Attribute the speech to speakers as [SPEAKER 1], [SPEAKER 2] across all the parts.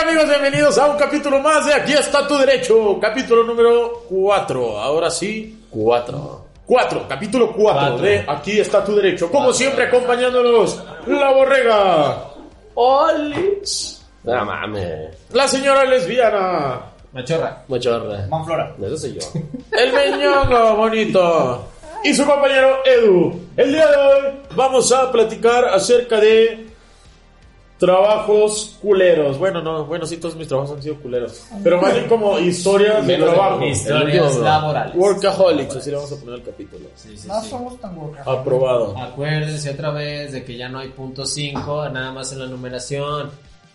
[SPEAKER 1] amigos, bienvenidos a un capítulo más de Aquí está tu derecho, capítulo número 4. Ahora sí,
[SPEAKER 2] Cuatro.
[SPEAKER 1] 4, capítulo 4
[SPEAKER 2] Cuatro.
[SPEAKER 1] de Aquí está tu derecho. Como siempre, acompañándonos, la borrega,
[SPEAKER 2] ¡Olis! No mames.
[SPEAKER 1] la señora lesbiana,
[SPEAKER 3] Machorra.
[SPEAKER 2] Muchorra.
[SPEAKER 3] Manflora.
[SPEAKER 2] Eso soy yo.
[SPEAKER 1] el meñongo bonito y su compañero Edu. El día de hoy vamos a platicar acerca de trabajos culeros. Bueno, no, bueno, sí, todos mis trabajos han sido culeros, pero más bien como historias de
[SPEAKER 2] Menos de
[SPEAKER 1] trabajo.
[SPEAKER 2] mis.
[SPEAKER 3] Historias
[SPEAKER 2] último,
[SPEAKER 3] laborales.
[SPEAKER 1] Workaholics, así le vamos a poner el capítulo.
[SPEAKER 3] Sí, sí,
[SPEAKER 4] No
[SPEAKER 3] sí.
[SPEAKER 4] somos tan workaholics.
[SPEAKER 1] Aprobado.
[SPEAKER 3] Acuérdense otra vez de que ya no hay punto 5, nada más en la numeración.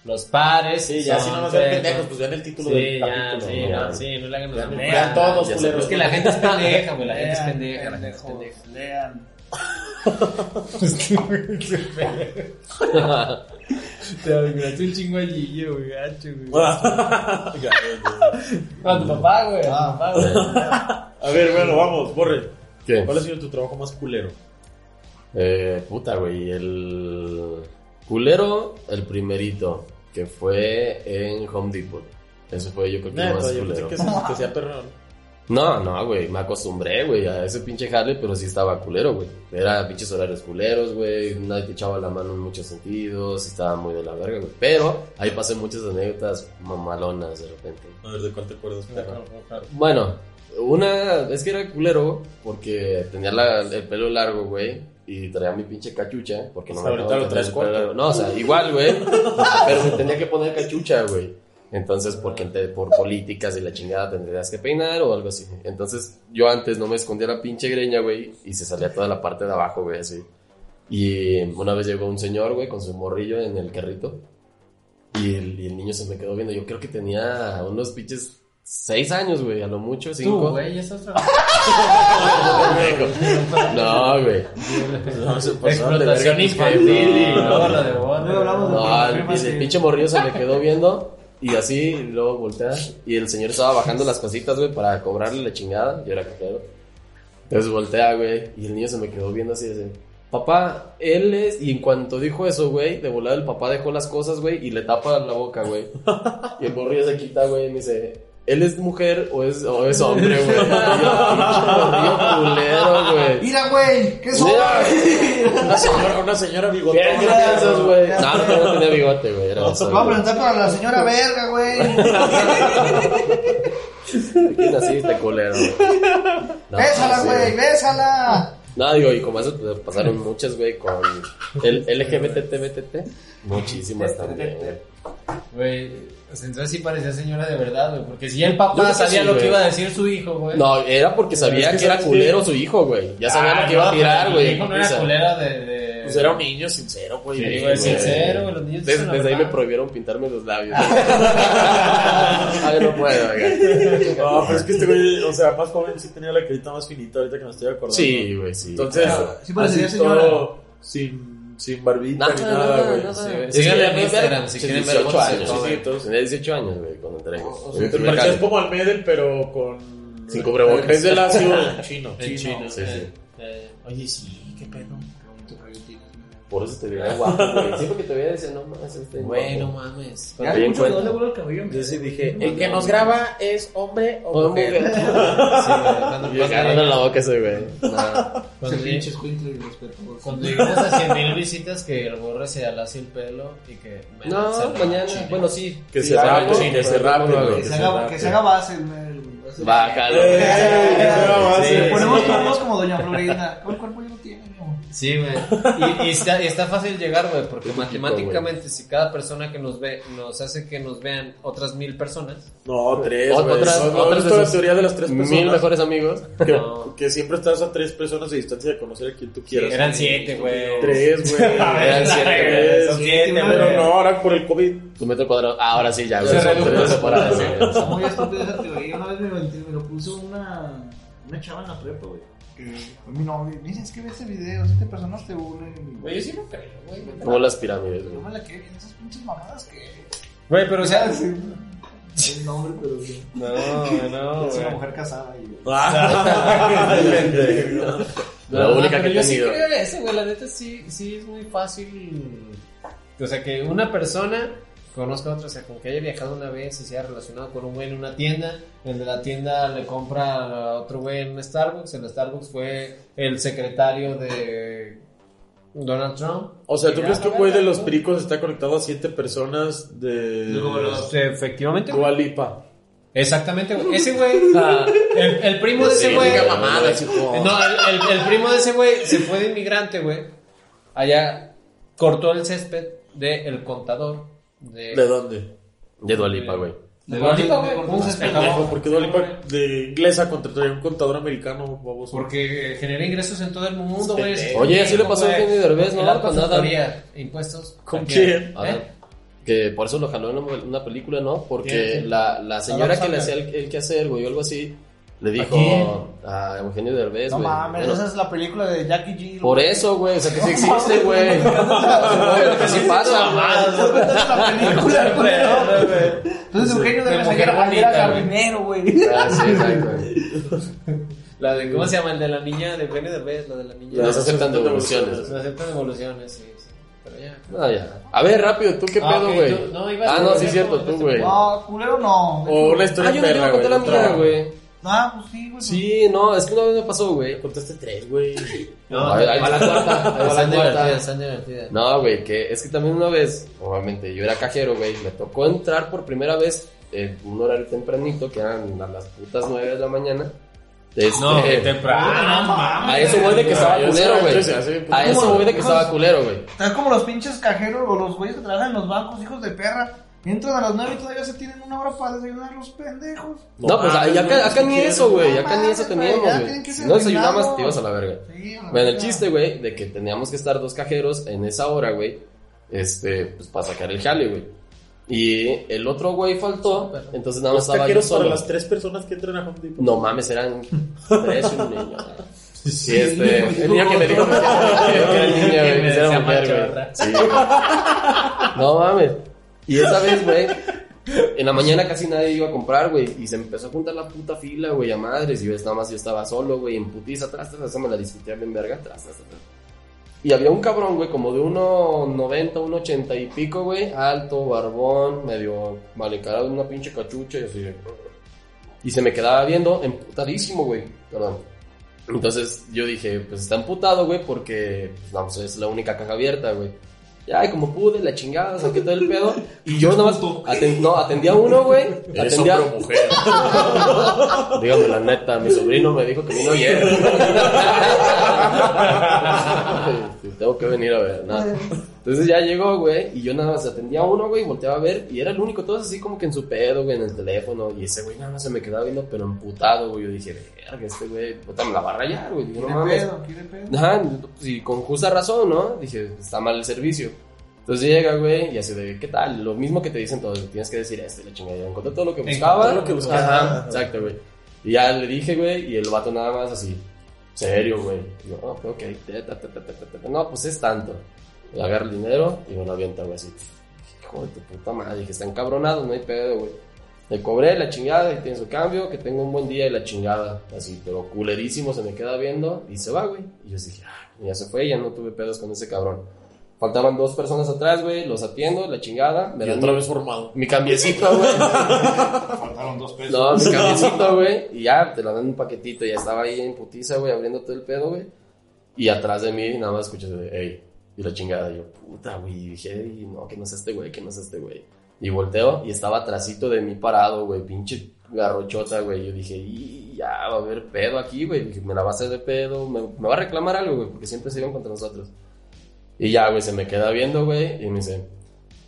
[SPEAKER 3] Los pares.
[SPEAKER 1] Sí, ya
[SPEAKER 3] son
[SPEAKER 1] si no nos ven
[SPEAKER 3] tres,
[SPEAKER 1] pendejos,
[SPEAKER 3] ¿no?
[SPEAKER 1] pues vean el título
[SPEAKER 3] Sí,
[SPEAKER 1] del
[SPEAKER 3] ya,
[SPEAKER 1] capítulo.
[SPEAKER 3] sí,
[SPEAKER 2] ¿no?
[SPEAKER 3] no, sí, no le hagan
[SPEAKER 1] Ya,
[SPEAKER 3] una
[SPEAKER 1] vean
[SPEAKER 3] mea.
[SPEAKER 1] todos,
[SPEAKER 3] Ya,
[SPEAKER 1] culeros.
[SPEAKER 3] Es que la gente es pendeja, güey, la gente es
[SPEAKER 4] Lean,
[SPEAKER 3] pendeja. La gente es
[SPEAKER 4] pendejos,
[SPEAKER 3] pendeja.
[SPEAKER 4] lean.
[SPEAKER 3] Te aventaste un chingo allí, güey, gacho, güey.
[SPEAKER 1] Ah,
[SPEAKER 3] Mm. A tu papá, güey, a tu papá, güey.
[SPEAKER 1] A ver, bueno, vamos, Borre.
[SPEAKER 2] ¿Qué?
[SPEAKER 1] ¿Cuál ha sido tu trabajo más culero?
[SPEAKER 2] Eh, puta, güey. El culero, el primerito, que fue en Home Depot. Eso fue yo creo que lo más
[SPEAKER 1] Neta, yo pensé
[SPEAKER 2] culero.
[SPEAKER 1] que, se- que sea perro.
[SPEAKER 2] No, no, güey. Me acostumbré, güey, a ese pinche jale, pero sí estaba culero, güey. Era pinches horarios culeros, güey. Nadie te echaba la mano en muchos sentidos. Estaba muy de la verga, güey. Pero ahí pasé muchas anécdotas mamalonas de repente.
[SPEAKER 1] A ver, ¿de cuál te acuerdas?
[SPEAKER 2] Bueno, una es que era culero porque tenía la- el pelo largo, güey, y traía mi pinche cachucha porque no
[SPEAKER 1] O sea,
[SPEAKER 2] me
[SPEAKER 1] ahorita
[SPEAKER 2] acabo
[SPEAKER 1] lo
[SPEAKER 2] de
[SPEAKER 1] traes
[SPEAKER 2] tener el
[SPEAKER 1] corto.
[SPEAKER 2] pelo largo. No, o sea, igual, güey, pero me tenía que poner cachucha, güey. Entonces, porque te- por políticas y la chingada tendrías que peinar o algo así. Entonces, yo antes no me escondía la pinche greña, güey, y se salía toda la parte de abajo, güey, así. Y una vez llegó un señor, güey, con su morrillo en el carrito. Y el, y el niño se me quedó viendo. Yo creo que tenía unos pinches seis años, güey, a lo mucho, cinco.
[SPEAKER 3] Tú, güey, ya estás trabajando.
[SPEAKER 2] No, güey.
[SPEAKER 1] No, se
[SPEAKER 2] Pues,
[SPEAKER 1] pasaron de verga
[SPEAKER 3] Explotación
[SPEAKER 1] mis
[SPEAKER 3] infantil y
[SPEAKER 1] jefes.
[SPEAKER 3] luego lo de vos.
[SPEAKER 4] Luego hablamos de-
[SPEAKER 2] No, el,
[SPEAKER 4] Confirma, sí.
[SPEAKER 2] el pinche morrillo se me quedó viendo. Y así, y luego voltea. Y el señor estaba bajando las cositas, güey, para cobrarle la chingada. Yo era cajero. Entonces voltea, güey. Y el niño se me quedó viendo así, así. Papá, él es. Y en cuanto dijo eso, güey, de volada el papá dejó las cosas, güey, y le tapa la boca, güey. Y el morrillo se quita, güey, y me dice. ¿Él es mujer o es, o es hombre, güey? Y yo, pinche morrillo culero, güey.
[SPEAKER 4] Mira, güey, ¿qué son?
[SPEAKER 1] Una señora, una señora bigotona.
[SPEAKER 2] Bien, gracias, güey.
[SPEAKER 4] Ya
[SPEAKER 2] No, no, no tenía bigote, güey. Era
[SPEAKER 4] Vamos a
[SPEAKER 2] eso, güey.
[SPEAKER 4] preguntar para la señora verga, güey.
[SPEAKER 2] ¿Quién naciste, culero? güey? No,
[SPEAKER 4] bésala,
[SPEAKER 2] sí,
[SPEAKER 4] güey, bésala.
[SPEAKER 2] No, digo, y como esas pues, pasaron muchas, güey, con el LGBTTBTT. Muchísimas también, güey.
[SPEAKER 3] Güey, o sea, entonces sí parecía señora de verdad, güey. Porque si el papá
[SPEAKER 2] creo que
[SPEAKER 3] sabía
[SPEAKER 2] sí,
[SPEAKER 3] lo
[SPEAKER 2] güey.
[SPEAKER 3] que iba a decir su hijo, güey.
[SPEAKER 2] No, era porque
[SPEAKER 1] Pero
[SPEAKER 2] sabía
[SPEAKER 1] es que
[SPEAKER 2] que era
[SPEAKER 1] sabes
[SPEAKER 2] culero su hijo, güey. Ya sabía lo que iba a tirar,
[SPEAKER 3] El
[SPEAKER 2] güey.
[SPEAKER 3] hijo Ah, no
[SPEAKER 2] O sea,
[SPEAKER 3] era culera de. de...
[SPEAKER 1] Pues era un niño sincero, güey.
[SPEAKER 3] Sí,
[SPEAKER 1] bien,
[SPEAKER 3] güey,
[SPEAKER 1] güey.
[SPEAKER 3] sincero, güey. Los niños
[SPEAKER 2] Desde,
[SPEAKER 3] dicen la
[SPEAKER 2] desde ahí me
[SPEAKER 3] verdad.
[SPEAKER 2] prohibieron pintarme los labios. Ay, no puedo, güey.
[SPEAKER 1] No, pero es que este güey, o sea, más joven sí tenía la carita más finita ahorita que me estoy acordando.
[SPEAKER 2] Sí, güey, sí.
[SPEAKER 1] Entonces,
[SPEAKER 4] Sí parecía
[SPEAKER 1] así
[SPEAKER 4] señora.
[SPEAKER 1] todo, sin, sin barbita
[SPEAKER 2] Nada,
[SPEAKER 1] ni
[SPEAKER 2] nada,
[SPEAKER 1] nada, güey.
[SPEAKER 2] nada.
[SPEAKER 1] Sí, güey.
[SPEAKER 3] Sí, Síganle en
[SPEAKER 2] Sí,
[SPEAKER 3] Instagram si
[SPEAKER 2] sí,
[SPEAKER 3] quieren ver
[SPEAKER 2] 18
[SPEAKER 3] fotos de
[SPEAKER 2] años.
[SPEAKER 3] todo.
[SPEAKER 2] Ah, Sí, entonces, Tenía 18 años, güey, cuando entré.
[SPEAKER 1] Te
[SPEAKER 2] Sí, me
[SPEAKER 1] parecías
[SPEAKER 2] calé.
[SPEAKER 1] como al Medel, pero con.
[SPEAKER 2] Sin cubrebocas.
[SPEAKER 1] En vez de lacio, chino.
[SPEAKER 3] El chino,
[SPEAKER 2] sí, sí.
[SPEAKER 3] eh,
[SPEAKER 1] Oye, sí, qué pedo.
[SPEAKER 2] Por eso te veía guapo, güey. Siempre que te veía decía, no mames, este.
[SPEAKER 3] Güey, no
[SPEAKER 2] guapo.
[SPEAKER 3] mames.
[SPEAKER 2] Ya Bien mucho, ¿de cuenta. dónde
[SPEAKER 4] vuelve el cabello?
[SPEAKER 1] Yo sí dije.
[SPEAKER 2] El que nos
[SPEAKER 1] graba es hombre
[SPEAKER 2] O mujer.
[SPEAKER 3] Sí, güey, cuando-
[SPEAKER 2] Y agarrando la boca ese, güey. No.
[SPEAKER 3] cuando-
[SPEAKER 4] pinche escuincle y respeto. por favor.
[SPEAKER 3] Cuando llegamos a 100 mil visitas, que el borre se alase el pelo y que. me se
[SPEAKER 2] No,
[SPEAKER 3] lo
[SPEAKER 2] mañana.
[SPEAKER 3] chile.
[SPEAKER 2] Bueno, sí.
[SPEAKER 1] Que
[SPEAKER 2] Sí,
[SPEAKER 1] se
[SPEAKER 2] algo,
[SPEAKER 1] rape, sí, que se
[SPEAKER 2] pero-
[SPEAKER 1] rape, güey.
[SPEAKER 4] Que se haga- Que se haga base, güey.
[SPEAKER 2] Bájalo.
[SPEAKER 1] Eh,
[SPEAKER 2] güey.
[SPEAKER 1] que se haga base.
[SPEAKER 2] Sí,
[SPEAKER 4] Le
[SPEAKER 2] sí,
[SPEAKER 4] ponemos
[SPEAKER 2] sí.
[SPEAKER 4] cuerpos como Doña Florinda. ¿Cuál cuerpo yo no tiene, no?
[SPEAKER 3] Sí, güey. Y, y está, y está fácil llegar, güey, porque
[SPEAKER 2] Es mágico,
[SPEAKER 3] matemáticamente, si cada persona que nos ve nos hace que nos vean otras mil personas,
[SPEAKER 1] No, tres.
[SPEAKER 2] Ot-
[SPEAKER 1] güey.
[SPEAKER 2] otras-
[SPEAKER 1] No, no,
[SPEAKER 2] otras
[SPEAKER 1] esto
[SPEAKER 2] de
[SPEAKER 1] es la
[SPEAKER 2] sus
[SPEAKER 1] teoría de las tres personas.
[SPEAKER 2] Mil mejores amigos.
[SPEAKER 1] Que,
[SPEAKER 3] No.
[SPEAKER 1] que siempre estás a tres personas de distancia de conocer a quien tú quieras.
[SPEAKER 3] eran siete, güey.
[SPEAKER 1] Tres, güey.
[SPEAKER 2] ver,
[SPEAKER 1] Tres,
[SPEAKER 3] güey, son siete,
[SPEAKER 1] Pero
[SPEAKER 3] güey.
[SPEAKER 1] no, ahora por el COVID.
[SPEAKER 2] Tu metro cuadrado. ah, Ahora sí, ya, güey.
[SPEAKER 3] Se
[SPEAKER 2] Son
[SPEAKER 3] redujo.
[SPEAKER 2] tres separadas,
[SPEAKER 3] Sí.
[SPEAKER 2] güey.
[SPEAKER 4] Está Muy estúpida esa teoría. Una vez me lo, me lo puso una, una chava en la prepa, güey. Que fue mi novio. Mira, es que ve este video. Siete personas te unen.
[SPEAKER 3] Güey, yo sí no creo, güey.
[SPEAKER 2] Como las pirámides,
[SPEAKER 4] Pero
[SPEAKER 2] güey.
[SPEAKER 4] no me la quedé bien. Esas pinches mamadas que.
[SPEAKER 3] Güey, pero o sea.
[SPEAKER 4] El nombre, pero. güey,
[SPEAKER 3] No, güey, no,
[SPEAKER 4] Es una
[SPEAKER 3] güey.
[SPEAKER 4] mujer casada. Y, güey,
[SPEAKER 2] La
[SPEAKER 3] No,
[SPEAKER 2] única
[SPEAKER 3] pero
[SPEAKER 2] que he
[SPEAKER 3] yo sí
[SPEAKER 2] tenido.
[SPEAKER 3] creo mm, eso, güey. La neta sí, sí es muy fácil. O sea, que una persona Conozco a otros, o sea, con que haya viajado una vez y se haya relacionado con un güey en una tienda, el de la tienda le compra a otro güey en un Starbucks, el de Starbucks fue el secretario de Donald Trump.
[SPEAKER 1] O sea, ¿tú
[SPEAKER 3] Y
[SPEAKER 1] crees
[SPEAKER 3] ya,
[SPEAKER 1] que un
[SPEAKER 3] la
[SPEAKER 1] güey de
[SPEAKER 3] verga,
[SPEAKER 1] los
[SPEAKER 3] ¿no?
[SPEAKER 1] pericos está conectado a siete personas
[SPEAKER 3] Luego
[SPEAKER 1] de
[SPEAKER 3] los- Efectivamente. güey.
[SPEAKER 1] Dua Lipa?
[SPEAKER 3] Exactamente, güey. Ese güey,
[SPEAKER 2] Ah.
[SPEAKER 3] el, el primo de ese
[SPEAKER 2] Sí,
[SPEAKER 3] güey.
[SPEAKER 2] diga mamadas, hijo.
[SPEAKER 3] No, el, el- el primo de ese güey se fue de inmigrante, güey. Allá cortó el césped del contador. De,
[SPEAKER 1] ¿De dónde?
[SPEAKER 2] De Dualipa, güey.
[SPEAKER 3] de Dua Lipa, güey.
[SPEAKER 4] Cortó
[SPEAKER 3] Un
[SPEAKER 4] el
[SPEAKER 3] césped,
[SPEAKER 4] césped.
[SPEAKER 3] cabrón.
[SPEAKER 1] No, porque Dua Lipa de inglesa contrataría un contador americano, baboso.
[SPEAKER 3] Porque eh, genera ingresos en todo el mundo, güey.
[SPEAKER 1] Oye,
[SPEAKER 3] Pendejo,
[SPEAKER 2] así le pasó a
[SPEAKER 3] güey.
[SPEAKER 2] Eugenio Derbez, ¿no?
[SPEAKER 3] El arco
[SPEAKER 2] Con Adam.
[SPEAKER 3] factoría, Impuestos.
[SPEAKER 1] ¿Con
[SPEAKER 3] ¿A
[SPEAKER 1] quién?
[SPEAKER 2] A ver,
[SPEAKER 3] ¿Eh?
[SPEAKER 2] Que por eso lo jaló en una- una película, ¿no? Porque
[SPEAKER 3] ¿Quién?
[SPEAKER 2] la, la señora
[SPEAKER 3] Adam
[SPEAKER 2] que le hacía
[SPEAKER 3] Sandler.
[SPEAKER 2] el, el quehacer, güey, o algo así, le
[SPEAKER 4] quién?
[SPEAKER 2] dijo a, Eugenio Derbez,
[SPEAKER 4] No
[SPEAKER 2] güey.
[SPEAKER 4] mames,
[SPEAKER 2] bueno,
[SPEAKER 4] esa es la película de Jackie G.
[SPEAKER 2] por eso, güey, o sea, que sí existe, güey. que sí pasa,
[SPEAKER 4] Ah,
[SPEAKER 2] güey.
[SPEAKER 4] Entonces Eugenio
[SPEAKER 3] De
[SPEAKER 4] Derbez
[SPEAKER 3] mujer
[SPEAKER 4] era
[SPEAKER 3] bonita,
[SPEAKER 4] era
[SPEAKER 3] güey.
[SPEAKER 4] jardinero, güey.
[SPEAKER 2] Ah, sí, exacto.
[SPEAKER 3] La de, ¿Cómo se llama? El de la niña de Eugenio Derbez, la de la niña.
[SPEAKER 2] Nos aceptan devoluciones.
[SPEAKER 3] Se aceptan evoluciones, sí, sí. Pero ya.
[SPEAKER 2] No, Ah, ya. A ver, rápido, ¿tú qué
[SPEAKER 3] Ah,
[SPEAKER 2] pedo,
[SPEAKER 3] ok,
[SPEAKER 2] güey?
[SPEAKER 3] tú- no, ibas
[SPEAKER 2] ah,
[SPEAKER 3] tú,
[SPEAKER 2] no,
[SPEAKER 3] ibas
[SPEAKER 2] sí,
[SPEAKER 3] tú,
[SPEAKER 2] cierto,
[SPEAKER 3] ibas
[SPEAKER 2] tú,
[SPEAKER 3] tú.
[SPEAKER 2] güey.
[SPEAKER 4] No, culero no.
[SPEAKER 1] O una
[SPEAKER 2] Ah,
[SPEAKER 1] historia
[SPEAKER 2] yo no
[SPEAKER 1] perra, güey.
[SPEAKER 2] quiero contar la
[SPEAKER 1] otra.
[SPEAKER 2] mía, güey.
[SPEAKER 4] Ah, pues sí, güey.
[SPEAKER 2] Sí, no, es que una vez me pasó, güey.
[SPEAKER 1] Contaste tres, güey.
[SPEAKER 2] No, ahí- ahí-
[SPEAKER 3] a la cuarta.
[SPEAKER 2] ahí
[SPEAKER 3] Están
[SPEAKER 2] la cuarta.
[SPEAKER 3] divertidas, están divertidas.
[SPEAKER 2] No, güey, que es que también una vez, obviamente, yo era cajero, güey, me tocó entrar por primera vez en un horario tempranito, que eran a las putas nueve de la mañana. Este,
[SPEAKER 4] Ah, no mames.
[SPEAKER 2] a eso voy de que estaba
[SPEAKER 1] Yo
[SPEAKER 2] culero,
[SPEAKER 1] sé,
[SPEAKER 2] güey.
[SPEAKER 1] yo sé, hace poco.
[SPEAKER 2] A eso voy de que estaba culero, güey.
[SPEAKER 4] Estás como los pinches cajeros o los güeyes que trabajan en los bancos, hijos de perra. Entran a las 9 y todavía se tienen una hora para desayunar los pendejos.
[SPEAKER 2] No, pues
[SPEAKER 1] mames,
[SPEAKER 2] ahí acá,
[SPEAKER 1] no,
[SPEAKER 2] acá ni
[SPEAKER 1] quiero.
[SPEAKER 2] eso, güey,
[SPEAKER 4] No
[SPEAKER 2] acá ni
[SPEAKER 4] mames,
[SPEAKER 2] eso
[SPEAKER 4] güey,
[SPEAKER 2] teníamos,
[SPEAKER 4] ya
[SPEAKER 2] güey.
[SPEAKER 4] tienen que
[SPEAKER 2] Si
[SPEAKER 4] ser
[SPEAKER 2] no desayunabas,
[SPEAKER 4] ordenados.
[SPEAKER 2] te ibas a la verga.
[SPEAKER 4] Sí, a la
[SPEAKER 2] Bueno, el
[SPEAKER 4] verga.
[SPEAKER 2] chiste, güey, de que teníamos que estar dos cajeros en esa hora, güey. Este, pues para sacar el jale, güey. Y el otro güey faltó, entonces nada
[SPEAKER 1] Los
[SPEAKER 2] más estaba yo
[SPEAKER 1] taqueros para
[SPEAKER 2] solo.
[SPEAKER 1] las tres personas que entran a Home Depot.
[SPEAKER 2] No mames, eran tres y un niño. Sí, este.
[SPEAKER 1] El niño que le dijo
[SPEAKER 2] que era el niño,
[SPEAKER 3] Que me
[SPEAKER 2] güey, que era
[SPEAKER 3] decía
[SPEAKER 2] mujer,
[SPEAKER 3] macho,
[SPEAKER 2] güey.
[SPEAKER 3] ¿verdad?
[SPEAKER 2] Sí, güey. No mames. Y esa vez, güey, en la mañana casi nadie iba a comprar, güey. Y se empezó a juntar la puta fila, güey, a madres. Y yo nada más yo estaba solo, güey, en putiza, atrás, atrás, me la discutía bien verga, atrás, atrás, atrás. Y había un cabrón, güey, como de 1.90, 1.80 y pico, güey, alto, barbón, medio mal encarado, una pinche cachucha y así. Y se me quedaba viendo emputadísimo, güey. Perdón. Entonces yo dije, pues está emputado, güey, porque pues, no, pues, es la única caja abierta, güey. Ya, y como pude, la chingada, saqué todo el pedo. Y yo nada más aten- no, atendía a uno, güey. Atendía.
[SPEAKER 1] mujer.
[SPEAKER 2] Dígame la neta, mi sobrino me dijo que vino ayer. Sí, Tengo que venir a ver, nada. Entonces ya llegó, güey, y yo nada más atendía a uno, güey, volteaba a ver, y era el único, todos así como que en su pedo, güey, en el teléfono, y ese güey nada más se me quedaba viendo, pero emputado, güey. Yo dije, verga, este güey, puta, me la va a rayar, güey. Dije, no
[SPEAKER 4] ¿Qué
[SPEAKER 2] mames.
[SPEAKER 4] pedo? ¿Qué pedo?
[SPEAKER 2] Ajá, y con justa razón, ¿no? Dije, está mal el servicio. Entonces llega, güey, y así de, ¿qué tal? Lo mismo que te dicen todos, tienes que decir este, la chingada. Encontré todo lo que buscaba.
[SPEAKER 1] Encontré lo que buscaba.
[SPEAKER 2] Ajá, exacto, güey. Y ya le dije, güey, y el vato nada más así, serio, güey. Y yo, "Ah, ok, ta, ta, ta, ta, ta, ta, ta". no, pues es tanto. Le agarro el dinero y me lo avienta, güey, así. Hijo de tu puta madre, dije, está encabronado, no hay pedo, güey. Le cobré la chingada y tiene su cambio, que tenga un buen día y la chingada. Así, pero culerísimo, se me queda viendo y se va, güey. Y yo dije, ah, ya se fue, ya no tuve pedos con ese cabrón. Faltaban dos personas atrás, güey, los atiendo, la chingada. Me
[SPEAKER 1] Y
[SPEAKER 2] dan
[SPEAKER 1] otra
[SPEAKER 2] mi-
[SPEAKER 1] vez formado.
[SPEAKER 2] mi cambiecito, güey.
[SPEAKER 4] Faltaron dos pesos.
[SPEAKER 2] No, mi camioncito, güey. Y ya, te la dan en un paquetito. Ya estaba ahí en putiza, güey, abriendo todo el pedo, güey. Y atrás de mí nada más escuchas de, ey. Y la chingada, yo, puta, güey. Y dije, "Ey, no, que no es este güey, que no es este güey. Y volteo y estaba atrásito de mí parado, güey. Pinche garrochota, güey. Yo dije, y ya va a haber pedo aquí, güey. Dije, me la va a hacer de pedo. Me, me va a reclamar algo, güey, porque siempre se iban contra nosotros. Y ya, güey, se me queda viendo, güey. Y me dice,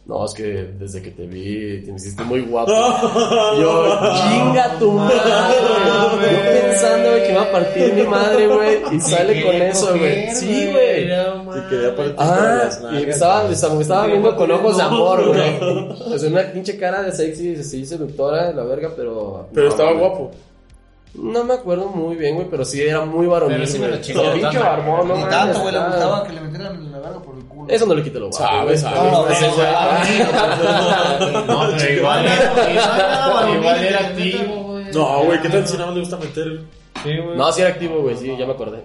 [SPEAKER 2] no, es que desde que te vi, te me hiciste muy guapo. Yo, chinga tu madre. güey. Yo pensando, güey, que iba a partir mi madre, güey. Y sale con eso, güey. Sí, güey.
[SPEAKER 1] Y quedé para
[SPEAKER 2] Ah, y estaba, estaba- me estaba viendo con ojos de amor, güey. O sea, una pinche cara de sexy, así seductora de la verga, pero.
[SPEAKER 1] Pero
[SPEAKER 2] no,
[SPEAKER 1] estaba
[SPEAKER 2] güey.
[SPEAKER 1] guapo.
[SPEAKER 2] No me acuerdo muy bien, güey, pero sí era muy varonil.
[SPEAKER 3] Pero sí me lo
[SPEAKER 2] güey.
[SPEAKER 3] chingué,
[SPEAKER 2] Todo
[SPEAKER 3] de
[SPEAKER 2] pinche
[SPEAKER 3] tanta-
[SPEAKER 2] barbón, no
[SPEAKER 4] Ni
[SPEAKER 2] mames,
[SPEAKER 4] tanto, güey, le
[SPEAKER 2] nada.
[SPEAKER 4] gustaba que le metieran la verga por el culo.
[SPEAKER 2] Eso no le quita lo guapo.
[SPEAKER 1] Sabe,
[SPEAKER 2] güey.
[SPEAKER 1] sabe.
[SPEAKER 4] No,
[SPEAKER 2] Ese
[SPEAKER 4] no,
[SPEAKER 2] Ah, güey-
[SPEAKER 3] No, pero igual era, igual era activo, güey.
[SPEAKER 1] No, güey, ¿qué tal si nada más le gusta meter?
[SPEAKER 3] Sí, güey.
[SPEAKER 4] Ah,
[SPEAKER 2] No, sí era activo, güey, sí, ya me acordé.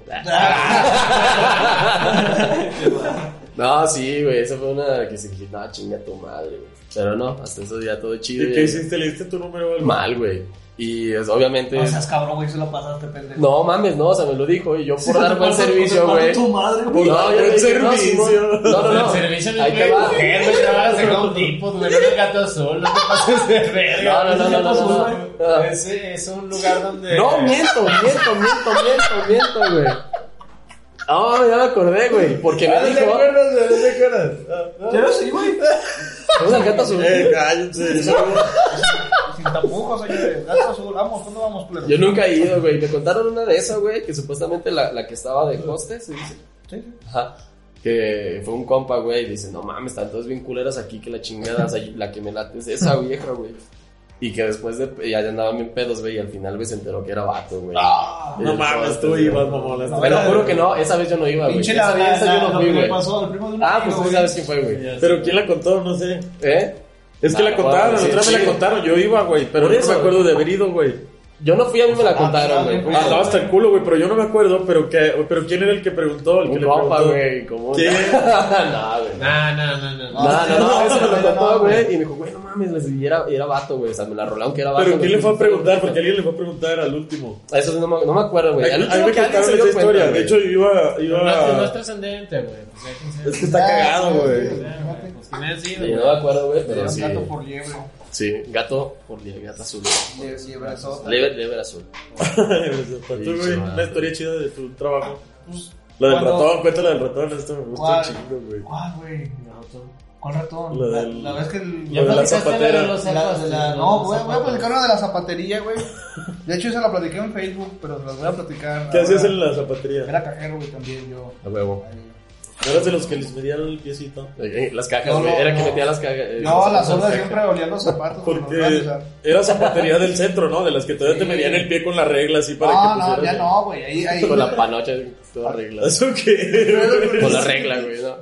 [SPEAKER 2] No, sí, güey, esa fue una que se dije, no, chinga tu madre, güey. Pero no, hasta eso ya todo
[SPEAKER 1] ¿Y
[SPEAKER 2] chido.
[SPEAKER 1] qué
[SPEAKER 2] ya-
[SPEAKER 1] hiciste? ¿Le diste tu número o algo?
[SPEAKER 2] Mal, güey. Y es- obviamente.
[SPEAKER 4] O sea, es cabrón, güey, se la pasaste, pendejo.
[SPEAKER 2] No mames, no, o sea, me lo dijo. Y yo por dar buen servicio, güey.
[SPEAKER 4] Tu madre,
[SPEAKER 2] No,
[SPEAKER 4] güey.
[SPEAKER 2] yo le
[SPEAKER 1] buen
[SPEAKER 2] dije, no,
[SPEAKER 1] servicio.
[SPEAKER 2] Simón. No, no, no.
[SPEAKER 3] El servicio no
[SPEAKER 2] Ahí
[SPEAKER 3] es
[SPEAKER 2] te
[SPEAKER 3] muy
[SPEAKER 2] va.
[SPEAKER 3] mujer, güey. Te vas a hacer un tipo, güey. No el gato azul, no te pases de verga.
[SPEAKER 2] No, no, no, no, no, no, no. No.
[SPEAKER 4] Este,
[SPEAKER 3] Es, es un lugar donde.
[SPEAKER 2] No, miento, miento, miento, miento, miento, güey. No, ya me acordé, güey. Porque me dijo.
[SPEAKER 3] güey? ¿No te
[SPEAKER 2] Ah,
[SPEAKER 3] acuerdas? No, no.
[SPEAKER 4] Yo no sé, güey.
[SPEAKER 2] Vamos al gato azul.
[SPEAKER 1] Eh, cállense.
[SPEAKER 4] Sin tapujos, señores. Gato azul, vamos, ¿cuándo vamos, culero?
[SPEAKER 2] Yo nunca he ido, güey. Me contaron una de esas, güey, que supuestamente la, la que estaba de hostes, se dice.
[SPEAKER 4] Sí, sí.
[SPEAKER 2] Ajá. Que fue un compa, güey, y dice, no mames, están todas bien culeras aquí que la chingada, o sea, la que me late es esa vieja, güey. Y que después de, ya andaban bien pedos, güey, y al final, güey, se enteró que era vato, güey.
[SPEAKER 1] Ah,
[SPEAKER 2] "Ah,
[SPEAKER 1] No, no mames, tú ibas, mamón. la
[SPEAKER 2] Te lo
[SPEAKER 1] neta.
[SPEAKER 2] este juro que no, esa vez yo no iba, güey.
[SPEAKER 4] Pinche
[SPEAKER 2] Esa
[SPEAKER 4] la
[SPEAKER 2] vez
[SPEAKER 4] la-
[SPEAKER 2] yo no
[SPEAKER 4] lo
[SPEAKER 2] fui,
[SPEAKER 4] que le
[SPEAKER 2] güey.
[SPEAKER 4] pasó al primo de un
[SPEAKER 2] Ah, pues
[SPEAKER 4] amigo,
[SPEAKER 2] tú
[SPEAKER 4] güey.
[SPEAKER 2] sabes quién fue, güey.
[SPEAKER 1] Pero ¿quién la contó? No sé.
[SPEAKER 2] ¿Eh?
[SPEAKER 1] Es que la
[SPEAKER 2] No, no puedo
[SPEAKER 1] contaron,
[SPEAKER 2] decir,
[SPEAKER 1] otra vez la
[SPEAKER 2] sí.
[SPEAKER 1] contaron. Yo iba, güey, pero
[SPEAKER 2] Por
[SPEAKER 1] no
[SPEAKER 2] eso,
[SPEAKER 1] me acuerdo
[SPEAKER 2] güey.
[SPEAKER 1] de haber ido, güey.
[SPEAKER 2] Yo no fui, a mí me la contaron, güey.
[SPEAKER 4] pues,
[SPEAKER 1] Ah, estaba hasta el culo, güey, pero yo no me acuerdo. Pero, que, pero ¿quién era el que preguntó? El que
[SPEAKER 2] Un
[SPEAKER 1] le
[SPEAKER 2] compa,
[SPEAKER 1] preguntó.
[SPEAKER 2] güey, como...
[SPEAKER 1] ¿Quién?
[SPEAKER 2] No, güey.
[SPEAKER 3] No, no, no, no. no.
[SPEAKER 2] No, no, no, eso me
[SPEAKER 4] No,
[SPEAKER 2] lo
[SPEAKER 4] no,
[SPEAKER 2] contó,
[SPEAKER 4] no,
[SPEAKER 2] güey. Y me dijo, güey, no mames, les- y era, y era vato, güey. O sea, me la rolaron que era vato.
[SPEAKER 1] Pero
[SPEAKER 2] güey.
[SPEAKER 1] ¿quién le fue a preguntar? Porque alguien le fue a preguntar al último.
[SPEAKER 2] A Eso sí no me, no me acuerdo, güey.
[SPEAKER 1] A
[SPEAKER 2] Al
[SPEAKER 1] mí
[SPEAKER 2] último
[SPEAKER 1] me
[SPEAKER 2] que alguien
[SPEAKER 1] contaron
[SPEAKER 2] se
[SPEAKER 1] esa
[SPEAKER 2] dio
[SPEAKER 1] historia.
[SPEAKER 2] cuenta,
[SPEAKER 1] de
[SPEAKER 2] güey.
[SPEAKER 1] hecho, iba. iba...
[SPEAKER 3] No, no es trascendente, güey. O sea, quién sabe.
[SPEAKER 1] Es que está cagado, güey.
[SPEAKER 3] Pues quién ha sido,
[SPEAKER 2] Sí,
[SPEAKER 3] güey.
[SPEAKER 2] no me acuerdo, güey,
[SPEAKER 4] Era
[SPEAKER 2] pero
[SPEAKER 4] un
[SPEAKER 2] sí.
[SPEAKER 4] gato por liebre.
[SPEAKER 2] Sí, gato por liebre, gato azul.
[SPEAKER 4] Liebre, liebre, sota.
[SPEAKER 2] Liebre, liebre azul.
[SPEAKER 1] Tú, güey, una historia chida de tu trabajo.
[SPEAKER 4] Pues,
[SPEAKER 1] La del
[SPEAKER 4] cuando-
[SPEAKER 1] ratón, cuéntala del ratón. Esto me gusta un
[SPEAKER 4] ¿Cuál?
[SPEAKER 1] chingo, güey.
[SPEAKER 4] ¿Cuál, güey? ¿Cuál ratón?
[SPEAKER 1] Lo
[SPEAKER 4] La,
[SPEAKER 1] del-
[SPEAKER 4] la vez que el...
[SPEAKER 1] Lo de la
[SPEAKER 3] platicaste
[SPEAKER 1] zapatera.
[SPEAKER 3] de los
[SPEAKER 4] La-
[SPEAKER 3] zapatos,
[SPEAKER 4] de la-
[SPEAKER 3] de
[SPEAKER 4] no,
[SPEAKER 3] los
[SPEAKER 4] voy, voy a
[SPEAKER 3] zapatos.
[SPEAKER 4] platicar una de la zapatería, güey. De hecho, esa la platiqué en Facebook, pero se las voy a platicar.
[SPEAKER 1] ¿Qué hacías
[SPEAKER 4] ahora.
[SPEAKER 1] en la zapatería?
[SPEAKER 4] Era cajero, güey, también yo.
[SPEAKER 2] A huevo.
[SPEAKER 4] Ahí.
[SPEAKER 1] ¿No eras de los que les medían el piecito?
[SPEAKER 2] Eh, eh, Las cajas,
[SPEAKER 4] No,
[SPEAKER 2] güey.
[SPEAKER 4] no,
[SPEAKER 2] era que
[SPEAKER 4] no.
[SPEAKER 2] metía las cajas. eh,
[SPEAKER 4] Yo a las
[SPEAKER 2] cosas
[SPEAKER 4] ondas
[SPEAKER 2] en
[SPEAKER 4] siempre olía los zapatos. cuando los iba a
[SPEAKER 1] Porque
[SPEAKER 4] usar.
[SPEAKER 1] era zapatería del centro, ¿no? De las que todavía te
[SPEAKER 4] Sí.
[SPEAKER 1] medían el pie con la regla así para
[SPEAKER 4] No,
[SPEAKER 1] que
[SPEAKER 4] no, ya
[SPEAKER 1] pusieras-
[SPEAKER 4] no, güey. Ahí, ahí.
[SPEAKER 2] caja. Con la panocha,
[SPEAKER 1] Ah,
[SPEAKER 2] todo arreglado.
[SPEAKER 1] ¿Eso qué?
[SPEAKER 2] Con la regla, güey, ¿no?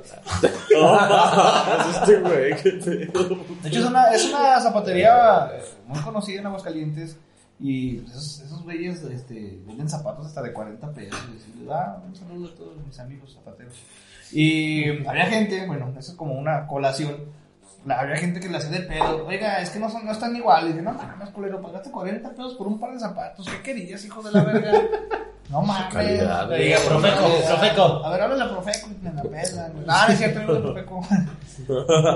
[SPEAKER 1] No, mames, este güey, qué pedo.
[SPEAKER 4] De hecho, es una, es una zapatería eh, muy conocida en Aguascalientes. Y pues, esos, esos güeyes este, venden zapatos hasta de 40 pesos. Y sí, ah, un saludo a todos mis amigos zapateros. Y había gente, bueno, eso es como una colación. La, había gente que le hacía de pedo. Oiga, es que no, son, no están iguales. Y dije, no mames, culero, pagaste 40 pesos por un par de zapatos. ¿Qué querías, hijo de la verga? No mames.
[SPEAKER 2] Calidad, güey.
[SPEAKER 3] Diga, Profeco, Profeco.
[SPEAKER 4] A ver, háblale a Profeco y me la pelan. No, no es cierto, háblale a Profeco.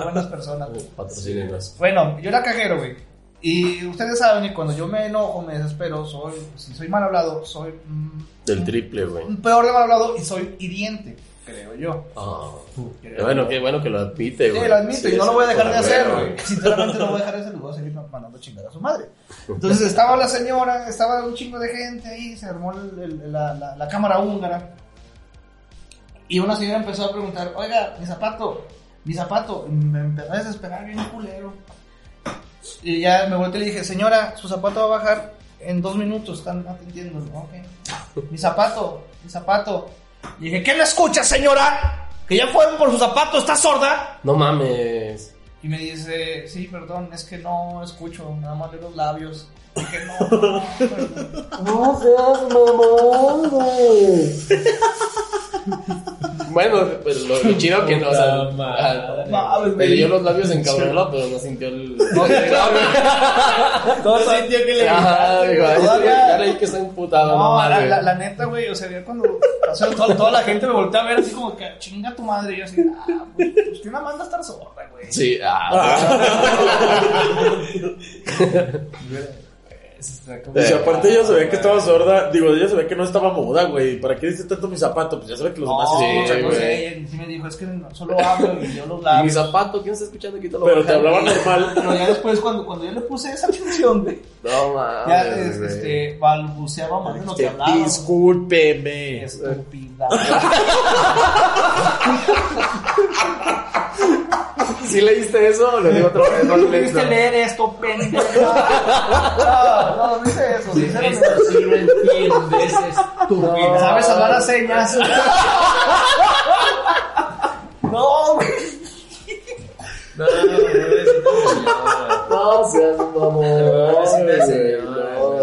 [SPEAKER 4] Buenas personas.
[SPEAKER 2] Patrocínenos.
[SPEAKER 4] Bueno, yo era cajero, güey. Y ustedes saben que cuando yo me enojo, me desespero, soy, si soy mal hablado, soy mm,
[SPEAKER 2] Del triple, güey.
[SPEAKER 4] un peor de mal hablado y soy hiriente, creo yo.
[SPEAKER 2] Ah. Qué bueno, qué bueno que lo admite,
[SPEAKER 4] Sí,
[SPEAKER 2] güey.
[SPEAKER 4] lo admito, y no lo voy a dejar de
[SPEAKER 2] por la
[SPEAKER 4] hacer,
[SPEAKER 2] hueva,
[SPEAKER 4] güey. Sinceramente no voy a dejar de hacer, les voy a seguir mandando chingar a su madre. Entonces estaba la señora, estaba un chingo de gente ahí, se armó el- el- la, la- la cámara húngara. Y una señora empezó a preguntar, oiga, mi zapato, mi zapato. Y me empezó a desesperar bien culero. Y ya me volteé y le dije, señora, su zapato va a bajar en dos minutos, están atendiendo. Ok. Mi zapato, mi zapato. Y dije, ¿qué me escucha, señora? Que ya fueron por su zapato, ¿está sorda?
[SPEAKER 2] No mames.
[SPEAKER 4] Y me dice, sí, perdón, es que no escucho, nada más leo los labios. Dije, no, no, perdón.
[SPEAKER 2] No seas mamón, güey. Bueno, pero lo, lo chido que no, o sea,
[SPEAKER 3] Puta madre.
[SPEAKER 2] ah,
[SPEAKER 4] Mames,
[SPEAKER 2] me
[SPEAKER 4] güey.
[SPEAKER 2] dio los labios en cabrón, pero no sintió el. No,
[SPEAKER 3] Todo sintió que le
[SPEAKER 2] ah, Ajá, digo, ay, este güey,
[SPEAKER 4] Todavía-
[SPEAKER 2] ya leí que está imputado, no,
[SPEAKER 4] No, la,
[SPEAKER 2] mames.
[SPEAKER 4] la, la neta, güey, o sea, ya cuando o sea, toda, toda la gente me voltea a ver así como que chinga tu madre. Y yo así, ah, pues, pues, ¿quién la manda a estar sorda, güey?
[SPEAKER 2] Sí, ah,
[SPEAKER 4] Pues, o sea, como-
[SPEAKER 1] Y si aparte ella se ve que estaba sorda, digo, ella se ve que no estaba muda, güey. ¿Para qué dice tanto mi zapato? Pues ya se ve que los demás
[SPEAKER 4] No,
[SPEAKER 1] sí.
[SPEAKER 2] sí,
[SPEAKER 4] o sea, no
[SPEAKER 2] güey.
[SPEAKER 4] sé, ella sí me dijo, es que no- solo hablo y yo los
[SPEAKER 2] y mi
[SPEAKER 4] labios.
[SPEAKER 2] zapato, ¿quién está escuchando? Quítalo.
[SPEAKER 1] Pero te
[SPEAKER 2] baja,
[SPEAKER 1] hablaba
[SPEAKER 2] güey.
[SPEAKER 1] normal.
[SPEAKER 4] Pero ya después, cuando, cuando yo le puse esa atención, güey,
[SPEAKER 2] No
[SPEAKER 4] ya
[SPEAKER 2] mames.
[SPEAKER 4] es-
[SPEAKER 2] güey.
[SPEAKER 4] este, balbuceaba más de lo que
[SPEAKER 1] Ah, Este,
[SPEAKER 4] hablaba. güey.
[SPEAKER 1] Discúlpeme.
[SPEAKER 4] Estúpida.
[SPEAKER 2] ¿Sí leíste eso? o Lo digo otra vez, no lo leí.
[SPEAKER 4] ¿Pudiste leer esto, pendeja? No, no dice eso, dice lo
[SPEAKER 3] Esto
[SPEAKER 4] mismo.
[SPEAKER 3] sí lo entiendes, estúpido.
[SPEAKER 4] Este, ¿Sabes hablar a señas? No, güey.
[SPEAKER 3] No, no, no, no,
[SPEAKER 2] No seas mamón.
[SPEAKER 3] No, sí,
[SPEAKER 2] güey,
[SPEAKER 3] señor.
[SPEAKER 2] No,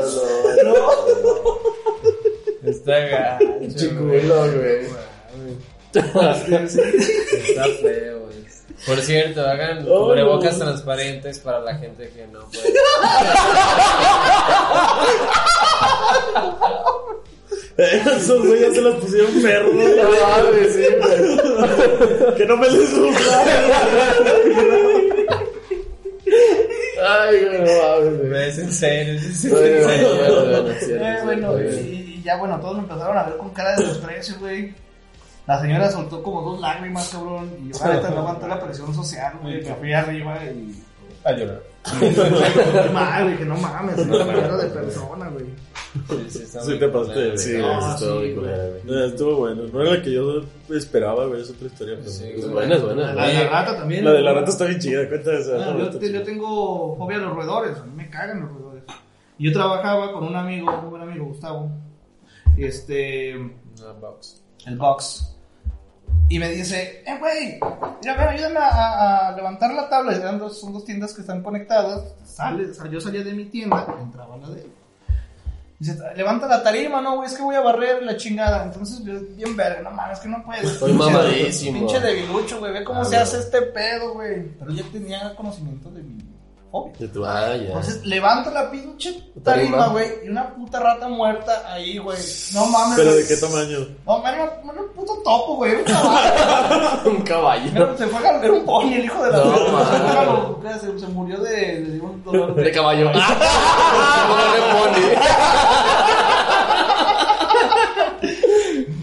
[SPEAKER 2] no.
[SPEAKER 3] no. Está gacho,
[SPEAKER 2] Chiculo, güey.
[SPEAKER 3] Está feo, güey. Por cierto, hagan
[SPEAKER 1] Oh,
[SPEAKER 3] cubrebocas
[SPEAKER 1] no.
[SPEAKER 3] transparentes para la gente que no puede.
[SPEAKER 1] Esos güeyes se las pusieron perros. Que no me les gusta.
[SPEAKER 2] Ay, güey, no mames, güey.
[SPEAKER 3] Es en serio, es en
[SPEAKER 2] Bueno,
[SPEAKER 3] serio.
[SPEAKER 2] bueno, bueno, bueno, cierto,
[SPEAKER 4] Eh,
[SPEAKER 2] cierto,
[SPEAKER 4] bueno, y,
[SPEAKER 2] güey.
[SPEAKER 4] y ya bueno, todos me empezaron a ver con cara de desprecio, güey. La señora soltó como dos lágrimas, cabrón. Y yo, la neta, no aguanté la presión social, güey. Me fui arriba y.
[SPEAKER 3] A llorar.
[SPEAKER 4] Qué mal, güey, que no mames, es una mierda de persona, güey.
[SPEAKER 3] Sí, sí, está
[SPEAKER 1] Sí,
[SPEAKER 3] muy
[SPEAKER 1] te pasaste de
[SPEAKER 3] culero,
[SPEAKER 2] Sí,
[SPEAKER 1] verga.
[SPEAKER 2] güey, eso
[SPEAKER 4] Ah,
[SPEAKER 2] estuvo
[SPEAKER 4] sí,
[SPEAKER 2] bien
[SPEAKER 4] güey.
[SPEAKER 2] culero, güey.
[SPEAKER 1] No, estuvo bueno. No era la que yo esperaba, güey. Es otra historia. pero-
[SPEAKER 3] Sí,
[SPEAKER 2] Es buena, es buena,
[SPEAKER 4] La de
[SPEAKER 2] güey.
[SPEAKER 4] la rata también.
[SPEAKER 1] La de la rata está bien chida. Cuenta esa.
[SPEAKER 4] Ah, yo, te- yo tengo fobia a los roedores, a mí me cagan los roedores. Yo trabajaba con un amigo, un buen amigo, Gustavo. Este.
[SPEAKER 3] Una box.
[SPEAKER 4] el box. Y me dice, eh, güey, mira, ven, ayúdame a, a- a levantar la tabla. Y eran dos- son dos tiendas que están conectadas. Sale, o sea, yo salía de mi tienda, entraba a la de él. Dice, levanta la tarima, no, güey, es que voy a barrer la chingada. Entonces, yo, bien verga, no mames, que no puedes.
[SPEAKER 2] Estoy
[SPEAKER 4] Pinche-
[SPEAKER 2] mamadísimo.
[SPEAKER 4] Pinche debilucho, güey, ve cómo
[SPEAKER 2] Ah,
[SPEAKER 4] se
[SPEAKER 2] güey.
[SPEAKER 4] hace este pedo, güey. Pero yo tenía conocimiento de mi fobia.
[SPEAKER 2] De tu- ah, ya.
[SPEAKER 4] Entonces levanto la pinche
[SPEAKER 2] Tarima.
[SPEAKER 4] tarima, güey, y una puta rata muerta ahí, güey. No mames.
[SPEAKER 1] Pero
[SPEAKER 4] güey.
[SPEAKER 1] de qué tamaño.
[SPEAKER 4] No, era, un- era un puto topo, güey. Era un caballo.
[SPEAKER 2] Un caballo.
[SPEAKER 4] Era- se fue a era un pony, el hijo de la
[SPEAKER 2] No,
[SPEAKER 4] verga, se,
[SPEAKER 2] mames.
[SPEAKER 4] fue a lo- ¿qué? se, se murió de, le dio un dolor
[SPEAKER 2] De
[SPEAKER 4] de.
[SPEAKER 2] caballo. Ah, no le pone.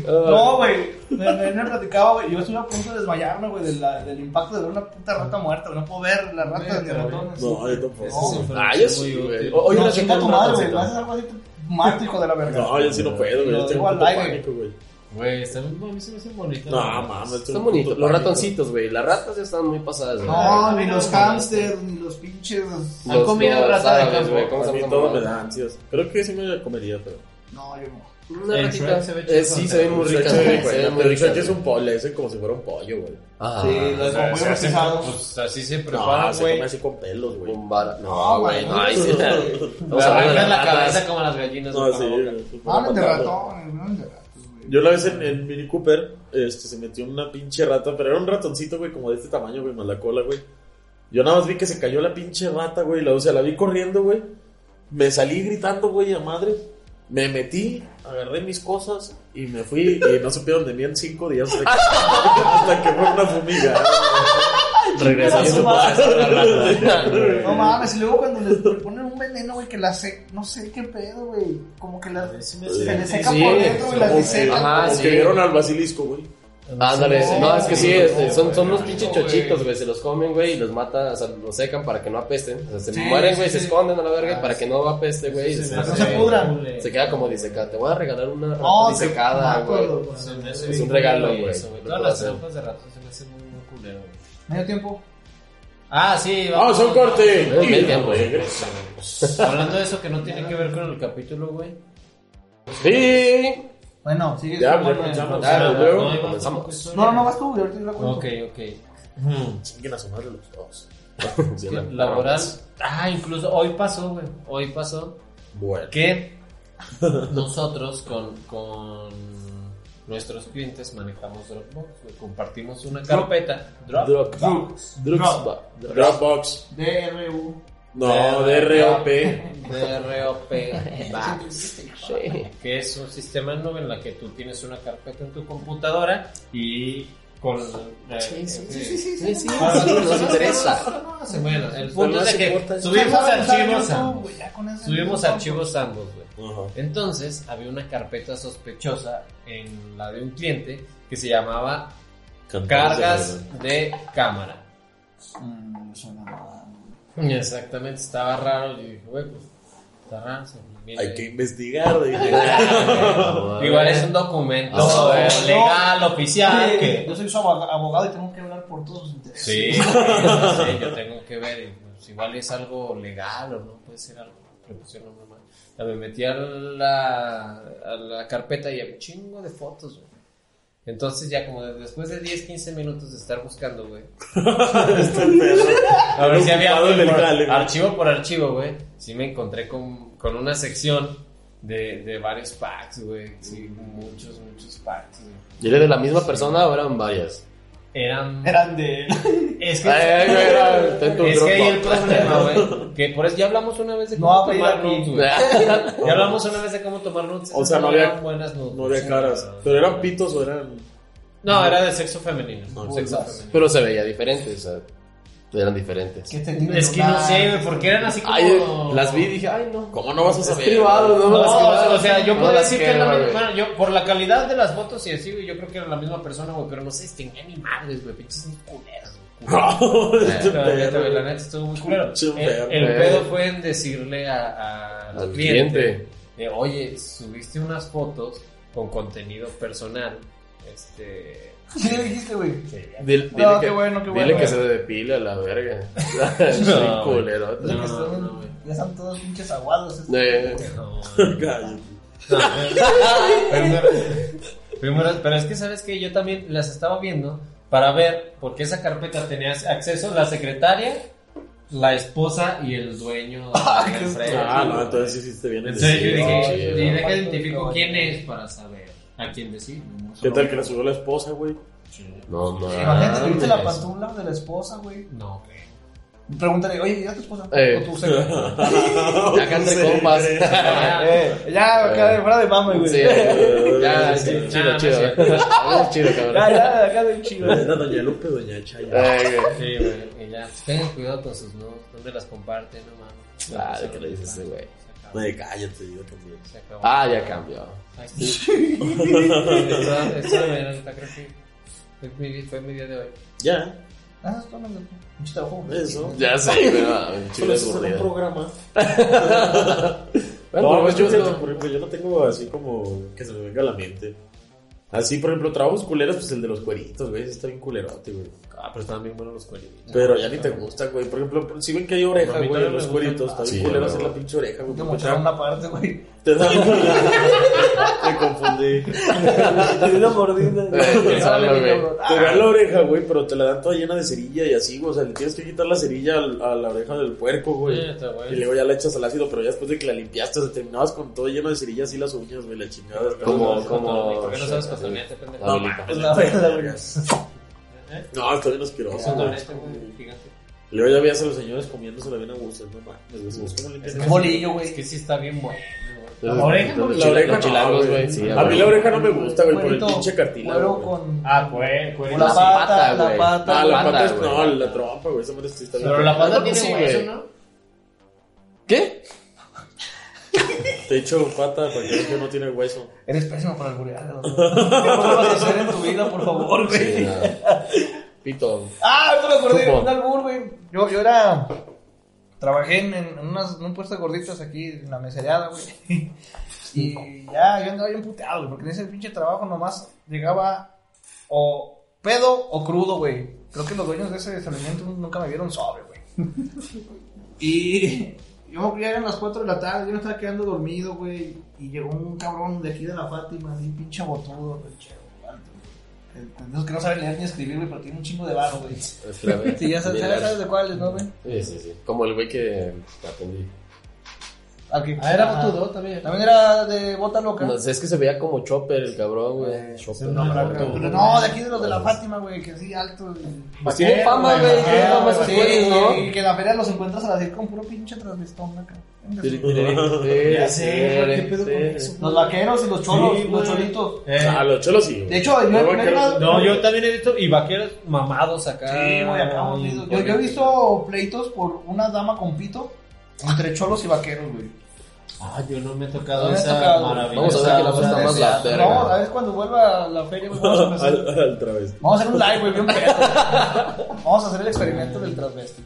[SPEAKER 2] Ah,
[SPEAKER 4] No, güey. Me, me, me platicaba, güey. Yo estuve a punto de desmayarme, güey, de la- del impacto de ver una puta rata muerta. güey. No puedo ver las ratas ni
[SPEAKER 3] Vete, güey.
[SPEAKER 4] ratones.
[SPEAKER 1] No, yo tampoco.
[SPEAKER 3] Esa es información
[SPEAKER 2] Ah, yo sí,
[SPEAKER 3] muy
[SPEAKER 2] güey.
[SPEAKER 3] útil.
[SPEAKER 2] O- oye,
[SPEAKER 4] no,
[SPEAKER 2] la
[SPEAKER 4] chinga tu
[SPEAKER 2] tengo
[SPEAKER 4] madre,
[SPEAKER 2] ratas,
[SPEAKER 4] güey.
[SPEAKER 2] ¿no?
[SPEAKER 4] Haces algo así, te mato, hijo de la verga.
[SPEAKER 1] No, yo sí no puedo, güey.
[SPEAKER 4] Lo
[SPEAKER 1] Yo tengo
[SPEAKER 4] dejo al
[SPEAKER 1] puto
[SPEAKER 4] aire.
[SPEAKER 1] pánico, güey.
[SPEAKER 3] Güey, están a mí se me hacen bonitos.
[SPEAKER 1] No, mames.
[SPEAKER 2] Están bonitos. Los ratoncitos, güey. Las ratas ya están muy pasadas, güey.
[SPEAKER 4] No, ni los hamsters, ni los pinches.
[SPEAKER 2] Los-
[SPEAKER 4] ¿Han comido
[SPEAKER 2] los
[SPEAKER 4] rata de
[SPEAKER 2] árabes,
[SPEAKER 4] campo?
[SPEAKER 2] güey, ¿cómo
[SPEAKER 1] A
[SPEAKER 2] se
[SPEAKER 1] mí
[SPEAKER 2] llama?
[SPEAKER 1] todo me da ansias. Creo que sí me la comería, pero. pues,
[SPEAKER 4] No, yo no.
[SPEAKER 2] Una
[SPEAKER 3] En
[SPEAKER 2] ratita.
[SPEAKER 3] Shrek se ve
[SPEAKER 2] Eh,
[SPEAKER 3] chido,
[SPEAKER 2] sí,
[SPEAKER 3] ¿no?
[SPEAKER 2] se ven muy
[SPEAKER 1] Shrek
[SPEAKER 2] ricas.
[SPEAKER 1] se ve
[SPEAKER 2] güey, Se
[SPEAKER 1] buena,
[SPEAKER 2] ven muy Ah,
[SPEAKER 1] pero el
[SPEAKER 2] ricas.
[SPEAKER 1] Shrek es un pollo, ese como si fuera un pollo, güey.
[SPEAKER 2] Ajá.
[SPEAKER 4] Sí, los
[SPEAKER 3] sea,
[SPEAKER 4] bomberos
[SPEAKER 3] se hacen-
[SPEAKER 4] pesados.
[SPEAKER 3] Pues así se
[SPEAKER 1] No,
[SPEAKER 3] preparan,
[SPEAKER 1] se
[SPEAKER 3] güey.
[SPEAKER 1] come así con pelos, güey.
[SPEAKER 2] Un bar-
[SPEAKER 4] No,
[SPEAKER 2] No, güey. No,
[SPEAKER 4] güey.
[SPEAKER 2] ahí sí.
[SPEAKER 3] Le
[SPEAKER 2] Estamos hablando de
[SPEAKER 3] arrancan la
[SPEAKER 2] ratas.
[SPEAKER 3] cabeza como las gallinas.
[SPEAKER 1] No,
[SPEAKER 3] de
[SPEAKER 1] sí.
[SPEAKER 3] la boca.
[SPEAKER 1] güey,
[SPEAKER 2] Ah,
[SPEAKER 4] No hablen de
[SPEAKER 1] matando.
[SPEAKER 4] ratones, no hablen de ratos, güey.
[SPEAKER 1] Yo la vez en, en Mini Cooper, este, se metió una pinche rata, pero era un ratoncito, güey, como de este tamaño, güey, más la cola, güey. Yo nada más vi que se cayó la pinche rata, güey, la, o sea, la vi corriendo, güey. Me salí gritando, güey, a madre. Me metí, agarré mis cosas y me fui y no supieron de mí en cinco días hasta que, hasta que fue una fumiga.
[SPEAKER 2] Regresando
[SPEAKER 4] Chingar a su
[SPEAKER 2] a la
[SPEAKER 1] madre.
[SPEAKER 2] rata.
[SPEAKER 4] No mames, y luego cuando les ponen un veneno, güey, que la se... No sé qué pedo, güey. Como que la...
[SPEAKER 3] Sí, me
[SPEAKER 4] Se le
[SPEAKER 3] hace-
[SPEAKER 4] seca
[SPEAKER 2] Sí,
[SPEAKER 4] por dentro y la
[SPEAKER 1] como-
[SPEAKER 4] disecan.
[SPEAKER 2] ajá,
[SPEAKER 4] Ajá,
[SPEAKER 1] Como
[SPEAKER 2] sí.
[SPEAKER 1] que vieron al basilisco, güey.
[SPEAKER 2] Ándale,
[SPEAKER 4] Sí,
[SPEAKER 2] no, es que sí,
[SPEAKER 4] güey,
[SPEAKER 2] es- eh, son,
[SPEAKER 3] güey.
[SPEAKER 2] son unos pinches
[SPEAKER 3] Rico,
[SPEAKER 2] chochitos,
[SPEAKER 3] güey.
[SPEAKER 2] güey, se los comen, güey, y los matan, o sea, los secan para que no apesten, o sea, se
[SPEAKER 4] Sí,
[SPEAKER 2] mueren, güey,
[SPEAKER 4] sí,
[SPEAKER 2] se
[SPEAKER 4] sí.
[SPEAKER 2] esconden a la verga
[SPEAKER 3] Ah,
[SPEAKER 2] para que no apeste, güey, y
[SPEAKER 3] Sí,
[SPEAKER 2] se,
[SPEAKER 3] me
[SPEAKER 4] no
[SPEAKER 2] se-
[SPEAKER 4] se pudran.
[SPEAKER 3] güey.
[SPEAKER 2] se queda como disecada, te voy a regalar una rata
[SPEAKER 4] No, se
[SPEAKER 2] disecada,
[SPEAKER 4] Oh, me
[SPEAKER 2] güey.
[SPEAKER 4] acuerdo, güey.
[SPEAKER 3] Se me hace
[SPEAKER 2] Es
[SPEAKER 3] bien
[SPEAKER 2] un regalo,
[SPEAKER 3] culero
[SPEAKER 2] güey.
[SPEAKER 3] eso,
[SPEAKER 2] Lo
[SPEAKER 3] Todas
[SPEAKER 2] puedo
[SPEAKER 3] las
[SPEAKER 2] hacer.
[SPEAKER 3] trampas de ratos se me hacen muy, muy culero, güey.
[SPEAKER 4] Medio tiempo.
[SPEAKER 3] Ah, sí. Pues,
[SPEAKER 1] Vamos a un corte.
[SPEAKER 2] Ven,
[SPEAKER 1] Y
[SPEAKER 2] ven, güey.
[SPEAKER 1] regresamos.
[SPEAKER 3] Hablando de eso que no tiene que ver con el capítulo, güey.
[SPEAKER 2] Sí,
[SPEAKER 4] Bueno, sigue.
[SPEAKER 1] Ya,
[SPEAKER 4] sigue,
[SPEAKER 1] ya
[SPEAKER 4] güey.
[SPEAKER 1] pensamos.
[SPEAKER 2] Ah,
[SPEAKER 1] Ya,
[SPEAKER 2] no,
[SPEAKER 1] luego.
[SPEAKER 2] no,
[SPEAKER 3] comenzamos.
[SPEAKER 4] No, no, no, vas tú, güey, ahorita yo la cuento.
[SPEAKER 3] Ok, ok.
[SPEAKER 1] Chinguen a su madre los dos.
[SPEAKER 2] Sí, la-
[SPEAKER 3] Laboral. Ah, incluso hoy pasó, güey. Hoy pasó
[SPEAKER 1] Bueno.
[SPEAKER 3] que nosotros con, con nuestros clientes manejamos Dropbox, güey. Compartimos una carpeta.
[SPEAKER 2] Drop-
[SPEAKER 4] Drugs.
[SPEAKER 2] Drugs-
[SPEAKER 1] Dropbox.
[SPEAKER 4] DRU.
[SPEAKER 1] No, DROP.
[SPEAKER 3] DROP. Va.
[SPEAKER 2] Sí.
[SPEAKER 3] que es un sistema nuevo en la que tú tienes una carpeta en tu computadora y con eh,
[SPEAKER 2] Sí, sí,
[SPEAKER 3] eh,
[SPEAKER 2] sí,
[SPEAKER 4] Sí, sí,
[SPEAKER 2] Sí,
[SPEAKER 4] sí.
[SPEAKER 2] sí,
[SPEAKER 4] sí.
[SPEAKER 3] Para las
[SPEAKER 2] nos
[SPEAKER 3] personas
[SPEAKER 2] interesa.
[SPEAKER 3] sí, bueno, el
[SPEAKER 2] Pero
[SPEAKER 3] punto
[SPEAKER 2] no
[SPEAKER 3] es de
[SPEAKER 2] se
[SPEAKER 3] que
[SPEAKER 2] importa.
[SPEAKER 3] subimos
[SPEAKER 4] Ya saben usar
[SPEAKER 3] archivos
[SPEAKER 4] YouTube,
[SPEAKER 3] ambos.
[SPEAKER 4] güey, ya con eso-
[SPEAKER 3] Subimos archivos ambos, güey.
[SPEAKER 1] Ajá.
[SPEAKER 3] Entonces había una carpeta sospechosa en la de un cliente que se llamaba cargas de cámara.
[SPEAKER 4] Mm, me suena mal, güey.
[SPEAKER 3] Exactamente, estaba raro y dije, güey, pues está raro. se viene-
[SPEAKER 1] Hay que investigar.
[SPEAKER 3] Igual es un documento
[SPEAKER 2] Ah,
[SPEAKER 3] eh,
[SPEAKER 4] no.
[SPEAKER 3] legal, oficial,
[SPEAKER 4] Oye,
[SPEAKER 3] que
[SPEAKER 4] Yo soy su abog- abogado y tengo que hablar por todos sus intereses.
[SPEAKER 3] Sí, sí, sí, yo tengo que ver. y, pues, igual es algo legal o no puede ser algo que pusieron normal. O sea, me metí a la, a la carpeta y había un chingo de fotos, güey. Entonces, ya como de- después de 10, 15 minutos de estar buscando, güey,
[SPEAKER 1] este
[SPEAKER 3] a ver si había
[SPEAKER 1] ocupado en el
[SPEAKER 3] por-
[SPEAKER 1] jale, güey.
[SPEAKER 3] archivo por archivo, güey, sí me encontré con, con una sección de, de varios packs, güey. Sí, muchos, muchos packs, güey.
[SPEAKER 2] ¿Y era de la misma persona o eran varias?
[SPEAKER 3] Eran.
[SPEAKER 4] Eran de.
[SPEAKER 3] Es que.
[SPEAKER 2] Eh, güey, era- ten tu
[SPEAKER 3] es que ahí el
[SPEAKER 2] Dropbox.
[SPEAKER 3] problema, güey. Que por eso ya hablamos una vez de
[SPEAKER 4] No
[SPEAKER 3] cómo
[SPEAKER 4] abrir
[SPEAKER 3] tomar
[SPEAKER 4] aquí.
[SPEAKER 3] nudes, güey. Ya hablamos una vez de cómo tomar nudes.
[SPEAKER 1] O sea,
[SPEAKER 3] esas
[SPEAKER 1] no había-
[SPEAKER 3] eran buenas nudes.
[SPEAKER 1] No había caras. Pero eran pitos o eran.
[SPEAKER 3] No, era de sexo femenino.
[SPEAKER 1] No,
[SPEAKER 3] sexo
[SPEAKER 4] vulvas.
[SPEAKER 3] femenino.
[SPEAKER 2] Pero se veía diferente, o sea, eran diferentes.
[SPEAKER 4] que tenían
[SPEAKER 3] Es que no sé, güey, porque eran así como.
[SPEAKER 2] Ay, eh, las vi y dije, ay, no.
[SPEAKER 1] ¿Cómo no vas a
[SPEAKER 2] Es
[SPEAKER 1] saber?
[SPEAKER 2] privado,
[SPEAKER 3] No,
[SPEAKER 2] no, me las quiero.
[SPEAKER 3] o sea, yo
[SPEAKER 2] No
[SPEAKER 3] puedo
[SPEAKER 2] las
[SPEAKER 3] decir que
[SPEAKER 2] quiero,
[SPEAKER 3] era la
[SPEAKER 2] güey.
[SPEAKER 3] misma. Yo, por la calidad de las fotos y así, güey, yo creo que era la misma persona, güey, pero no se distinguía ni madres, güey, pinches ni culeras, güey.
[SPEAKER 1] Este
[SPEAKER 3] La neta, güey, la
[SPEAKER 1] perro.
[SPEAKER 3] neta estuvo muy culero.
[SPEAKER 1] Pinche
[SPEAKER 3] El,
[SPEAKER 1] perro.
[SPEAKER 3] el
[SPEAKER 2] Eh.
[SPEAKER 3] pedo fue en decirle a, a
[SPEAKER 2] Al cliente.
[SPEAKER 3] eh, oye, subiste unas fotos con contenido personal, este...
[SPEAKER 4] Sí, le dijiste, güey.
[SPEAKER 2] Dile,
[SPEAKER 4] No,
[SPEAKER 2] dile
[SPEAKER 4] qué
[SPEAKER 2] que,
[SPEAKER 4] bueno, qué
[SPEAKER 2] dile
[SPEAKER 4] bueno.
[SPEAKER 2] que se depile a la verga. Soy
[SPEAKER 3] No, güey.
[SPEAKER 2] culero.
[SPEAKER 4] Dile que
[SPEAKER 3] No,
[SPEAKER 4] están-
[SPEAKER 3] no, güey.
[SPEAKER 4] Ya están todos pinches aguados. estos.
[SPEAKER 2] Eh,
[SPEAKER 3] No,
[SPEAKER 1] Cállate.
[SPEAKER 3] no, primero, primero- pero es que sabes que yo también las estaba viendo para ver, porque esa carpeta tenía acceso la secretaria, la esposa y el dueño de la
[SPEAKER 4] qué
[SPEAKER 3] empresa.
[SPEAKER 1] Ah, no, entonces hiciste bien. en
[SPEAKER 3] En serio,
[SPEAKER 1] decir,
[SPEAKER 3] yo
[SPEAKER 1] ¿no?
[SPEAKER 3] dije,
[SPEAKER 2] chido.
[SPEAKER 3] y deja identifico quién es para saber a quién decir.
[SPEAKER 1] ¿Qué tal que le subió la esposa, güey?
[SPEAKER 2] no
[SPEAKER 4] Imagínate,
[SPEAKER 2] mames.
[SPEAKER 4] subirte la pantula de la esposa, güey.
[SPEAKER 3] No, güey.
[SPEAKER 4] Pregúntale, oye, ¿y a tu esposa?
[SPEAKER 2] Eh.
[SPEAKER 4] O tu secretaria.
[SPEAKER 2] Ya acá entre
[SPEAKER 1] Sí,
[SPEAKER 2] compas.
[SPEAKER 1] sí.
[SPEAKER 4] Eh, ya, acá de fuera de mame, güey.
[SPEAKER 2] Sí, ya,
[SPEAKER 1] Sí,
[SPEAKER 2] sí,
[SPEAKER 3] sí.
[SPEAKER 2] chido,
[SPEAKER 3] Ah,
[SPEAKER 2] chido.
[SPEAKER 3] sí.
[SPEAKER 2] Es chido,
[SPEAKER 4] Ya,
[SPEAKER 2] cabrón.
[SPEAKER 4] ya, acá de chido.
[SPEAKER 1] La neta, Doña Lupe, Doña Chaya.
[SPEAKER 2] Eh, güey.
[SPEAKER 3] Sí, güey, y ya. Tengan cuidado con sus nudes, donde las comparten, no mames.
[SPEAKER 2] Ah, ¿de qué le dices ese
[SPEAKER 3] Se
[SPEAKER 2] güey?
[SPEAKER 3] acabó,
[SPEAKER 1] Güey, cállate, yo también.
[SPEAKER 3] se acabó.
[SPEAKER 2] Ah, ya cambió.
[SPEAKER 3] Ahí está. Esta- esta mañana, creo que fue mi- fue mi día de hoy.
[SPEAKER 1] Ya,
[SPEAKER 4] Ah, esto no es de- Mucho trabajo.
[SPEAKER 1] eso.
[SPEAKER 2] Ya sé, güey. no,
[SPEAKER 1] Solo
[SPEAKER 2] Chido es
[SPEAKER 1] es un
[SPEAKER 2] aburrido.
[SPEAKER 1] programa.
[SPEAKER 2] Bueno,
[SPEAKER 1] no,
[SPEAKER 2] pues
[SPEAKER 1] yo,
[SPEAKER 2] yo
[SPEAKER 1] fíjate,
[SPEAKER 2] no.
[SPEAKER 1] por ejemplo, yo no tengo así como que se me venga a la mente. Así, por ejemplo, trabajos culeros, pues el de los cueritos, güey, ese está bien culerote, güey.
[SPEAKER 3] Ah, pero estaban bien buenos los cuerinitos.
[SPEAKER 1] Pero ya ni te gusta, güey. Por ejemplo, si ven que hay oreja,
[SPEAKER 3] A mí
[SPEAKER 1] güey,
[SPEAKER 3] también
[SPEAKER 1] en los
[SPEAKER 3] me
[SPEAKER 1] cueritos, está
[SPEAKER 3] gustan.
[SPEAKER 1] bien
[SPEAKER 2] Sí,
[SPEAKER 1] culero
[SPEAKER 2] güey.
[SPEAKER 1] hacer la pinche oreja, güey.
[SPEAKER 4] Te
[SPEAKER 1] porque
[SPEAKER 4] mostraron una parte, güey.
[SPEAKER 1] Te dan Te confundí.
[SPEAKER 4] Te di una mordida. güey.
[SPEAKER 2] Pensarlo,
[SPEAKER 4] Dale,
[SPEAKER 2] güey.
[SPEAKER 4] cabrón.
[SPEAKER 1] Te dan la oreja, güey, pero te la dan toda llena de cerilla y así, güey. O sea, le tienes que quitar la cerilla al- a la oreja del puerco, güey.
[SPEAKER 3] Neta, güey.
[SPEAKER 1] Y luego ya la echas al ácido, pero ya después de que la limpiaste, o sea, terminabas con todo lleno de cerillas y las uñas, güey, la chingada. estaba-
[SPEAKER 2] Como,
[SPEAKER 3] ¿Por
[SPEAKER 2] como.
[SPEAKER 3] qué no sabes cotonete, pendejo?
[SPEAKER 1] No,
[SPEAKER 2] Abuelita.
[SPEAKER 1] mames,
[SPEAKER 4] La verga, güey.
[SPEAKER 3] ¿Eh?
[SPEAKER 1] No, está bien asqueroso, güey.
[SPEAKER 3] Cotonete, güey, fíjate.
[SPEAKER 1] Y Luego ya veías a los señores comiéndose la vena gusta, no mames, güey. ¿Cómo limpian
[SPEAKER 4] Un
[SPEAKER 1] eso?
[SPEAKER 4] bolillo,
[SPEAKER 3] Es
[SPEAKER 4] güey.
[SPEAKER 3] que sí está bien bueno, güey.
[SPEAKER 2] La
[SPEAKER 4] oreja,
[SPEAKER 2] Los
[SPEAKER 4] ¿no?
[SPEAKER 1] La oreja
[SPEAKER 2] chila- los
[SPEAKER 1] no,
[SPEAKER 2] chilangos,
[SPEAKER 1] güey.
[SPEAKER 2] güey. Sí,
[SPEAKER 1] A mí la
[SPEAKER 2] güey.
[SPEAKER 1] oreja no me gusta, güey, por el
[SPEAKER 4] Cuerito,
[SPEAKER 1] pinche cartílago.
[SPEAKER 4] cuero
[SPEAKER 1] güey.
[SPEAKER 4] con.
[SPEAKER 3] Ah, güey, güey.
[SPEAKER 4] con la
[SPEAKER 2] la
[SPEAKER 4] pata,
[SPEAKER 2] pata,
[SPEAKER 4] la
[SPEAKER 2] güey.
[SPEAKER 4] pata.
[SPEAKER 1] Ah,
[SPEAKER 2] la
[SPEAKER 1] la pata
[SPEAKER 2] pata,
[SPEAKER 1] es.
[SPEAKER 2] güey.
[SPEAKER 1] No, la trompa, güey. Esa madre sí está bien.
[SPEAKER 3] Pero la pata
[SPEAKER 2] Creo que
[SPEAKER 3] tiene
[SPEAKER 2] sí,
[SPEAKER 3] hueso,
[SPEAKER 2] güey.
[SPEAKER 3] ¿no?
[SPEAKER 2] ¿Qué?
[SPEAKER 1] Te echo pata para que veas que no tiene hueso.
[SPEAKER 4] Eres pésimo para alburear. No lo vuelvas a hacer en tu vida, por favor, güey.
[SPEAKER 2] Sí, no. Pito.
[SPEAKER 4] Ah, yo me acordé de
[SPEAKER 2] Supo.
[SPEAKER 4] un albur, güey. Yo, yo era. Trabajé en, en unas, en un puesto de gorditas aquí, en la mesereada, güey. Y ya, yo andaba bien puteado, güey, porque en ese pinche trabajo nomás llegaba o pedo o crudo, güey. Creo que los dueños de ese establecimiento nunca me vieron sobre, güey. Y yo ya eran las 4 de la tarde, yo me estaba quedando dormido, güey. Y llegó un cabrón de aquí de la Fátima, así pinche botudo, güey. che, alto, güey. El- el- Los que no saben leer ni escribir, güey, pero tiene un chingo de barro, güey.
[SPEAKER 2] Espera, güey.
[SPEAKER 4] Sí, ya sabes, ya
[SPEAKER 2] Mira.
[SPEAKER 4] sabes de cuáles, ¿no, güey?
[SPEAKER 2] Sí, sí, sí. Como el güey que atendí.
[SPEAKER 4] Al que-
[SPEAKER 3] Ah, era
[SPEAKER 4] Ajá.
[SPEAKER 3] botudo también.
[SPEAKER 4] También era de bota loca.
[SPEAKER 2] No sé, es que se veía como Chopper, el cabrón, güey. Chopper.
[SPEAKER 3] no,
[SPEAKER 2] la
[SPEAKER 3] no,
[SPEAKER 2] moto,
[SPEAKER 3] no,
[SPEAKER 2] güey.
[SPEAKER 4] Pero no, de aquí de los de la Fátima, güey, que así alto.
[SPEAKER 2] Pues tienen fama,
[SPEAKER 4] güey,
[SPEAKER 2] güey. Tienen fama esos
[SPEAKER 4] sí,
[SPEAKER 2] güeyes, ¿no?
[SPEAKER 4] Y que en la feria los encuentras a la circo con puro pinche transvestón acá.
[SPEAKER 2] Tiri, tiri, tiri,
[SPEAKER 3] Ya sé, güey,
[SPEAKER 2] tiri,
[SPEAKER 3] qué pedo con
[SPEAKER 2] tiri.
[SPEAKER 3] eso.
[SPEAKER 4] Los vaqueros y los cholos,
[SPEAKER 3] Sí,
[SPEAKER 4] los
[SPEAKER 3] güey.
[SPEAKER 4] cholitos.
[SPEAKER 3] Eh,
[SPEAKER 1] Ah, los cholos sí. güey.
[SPEAKER 4] De hecho, yo-
[SPEAKER 1] Los
[SPEAKER 4] yo-
[SPEAKER 1] vaqueros-
[SPEAKER 3] No, yo Ah, también he visto y vaqueros mamados acá.
[SPEAKER 4] Sí, güey, acá hemos visto- Yo, yo he visto pleitos por una dama con pito entre cholos y vaqueros, güey.
[SPEAKER 3] Ah, yo no me he tocado
[SPEAKER 4] No me he
[SPEAKER 3] esa
[SPEAKER 4] tocado.
[SPEAKER 3] maravilla.
[SPEAKER 2] Vamos a ver que la fiesta más la verga.
[SPEAKER 4] Vamos, a ver cuando vuelva a la feria, güey, vamos a empezar.
[SPEAKER 1] Al, al travesti.
[SPEAKER 4] Vamos a hacer un live, güey, bien pedo. Vamos a hacer el experimento del transvesti.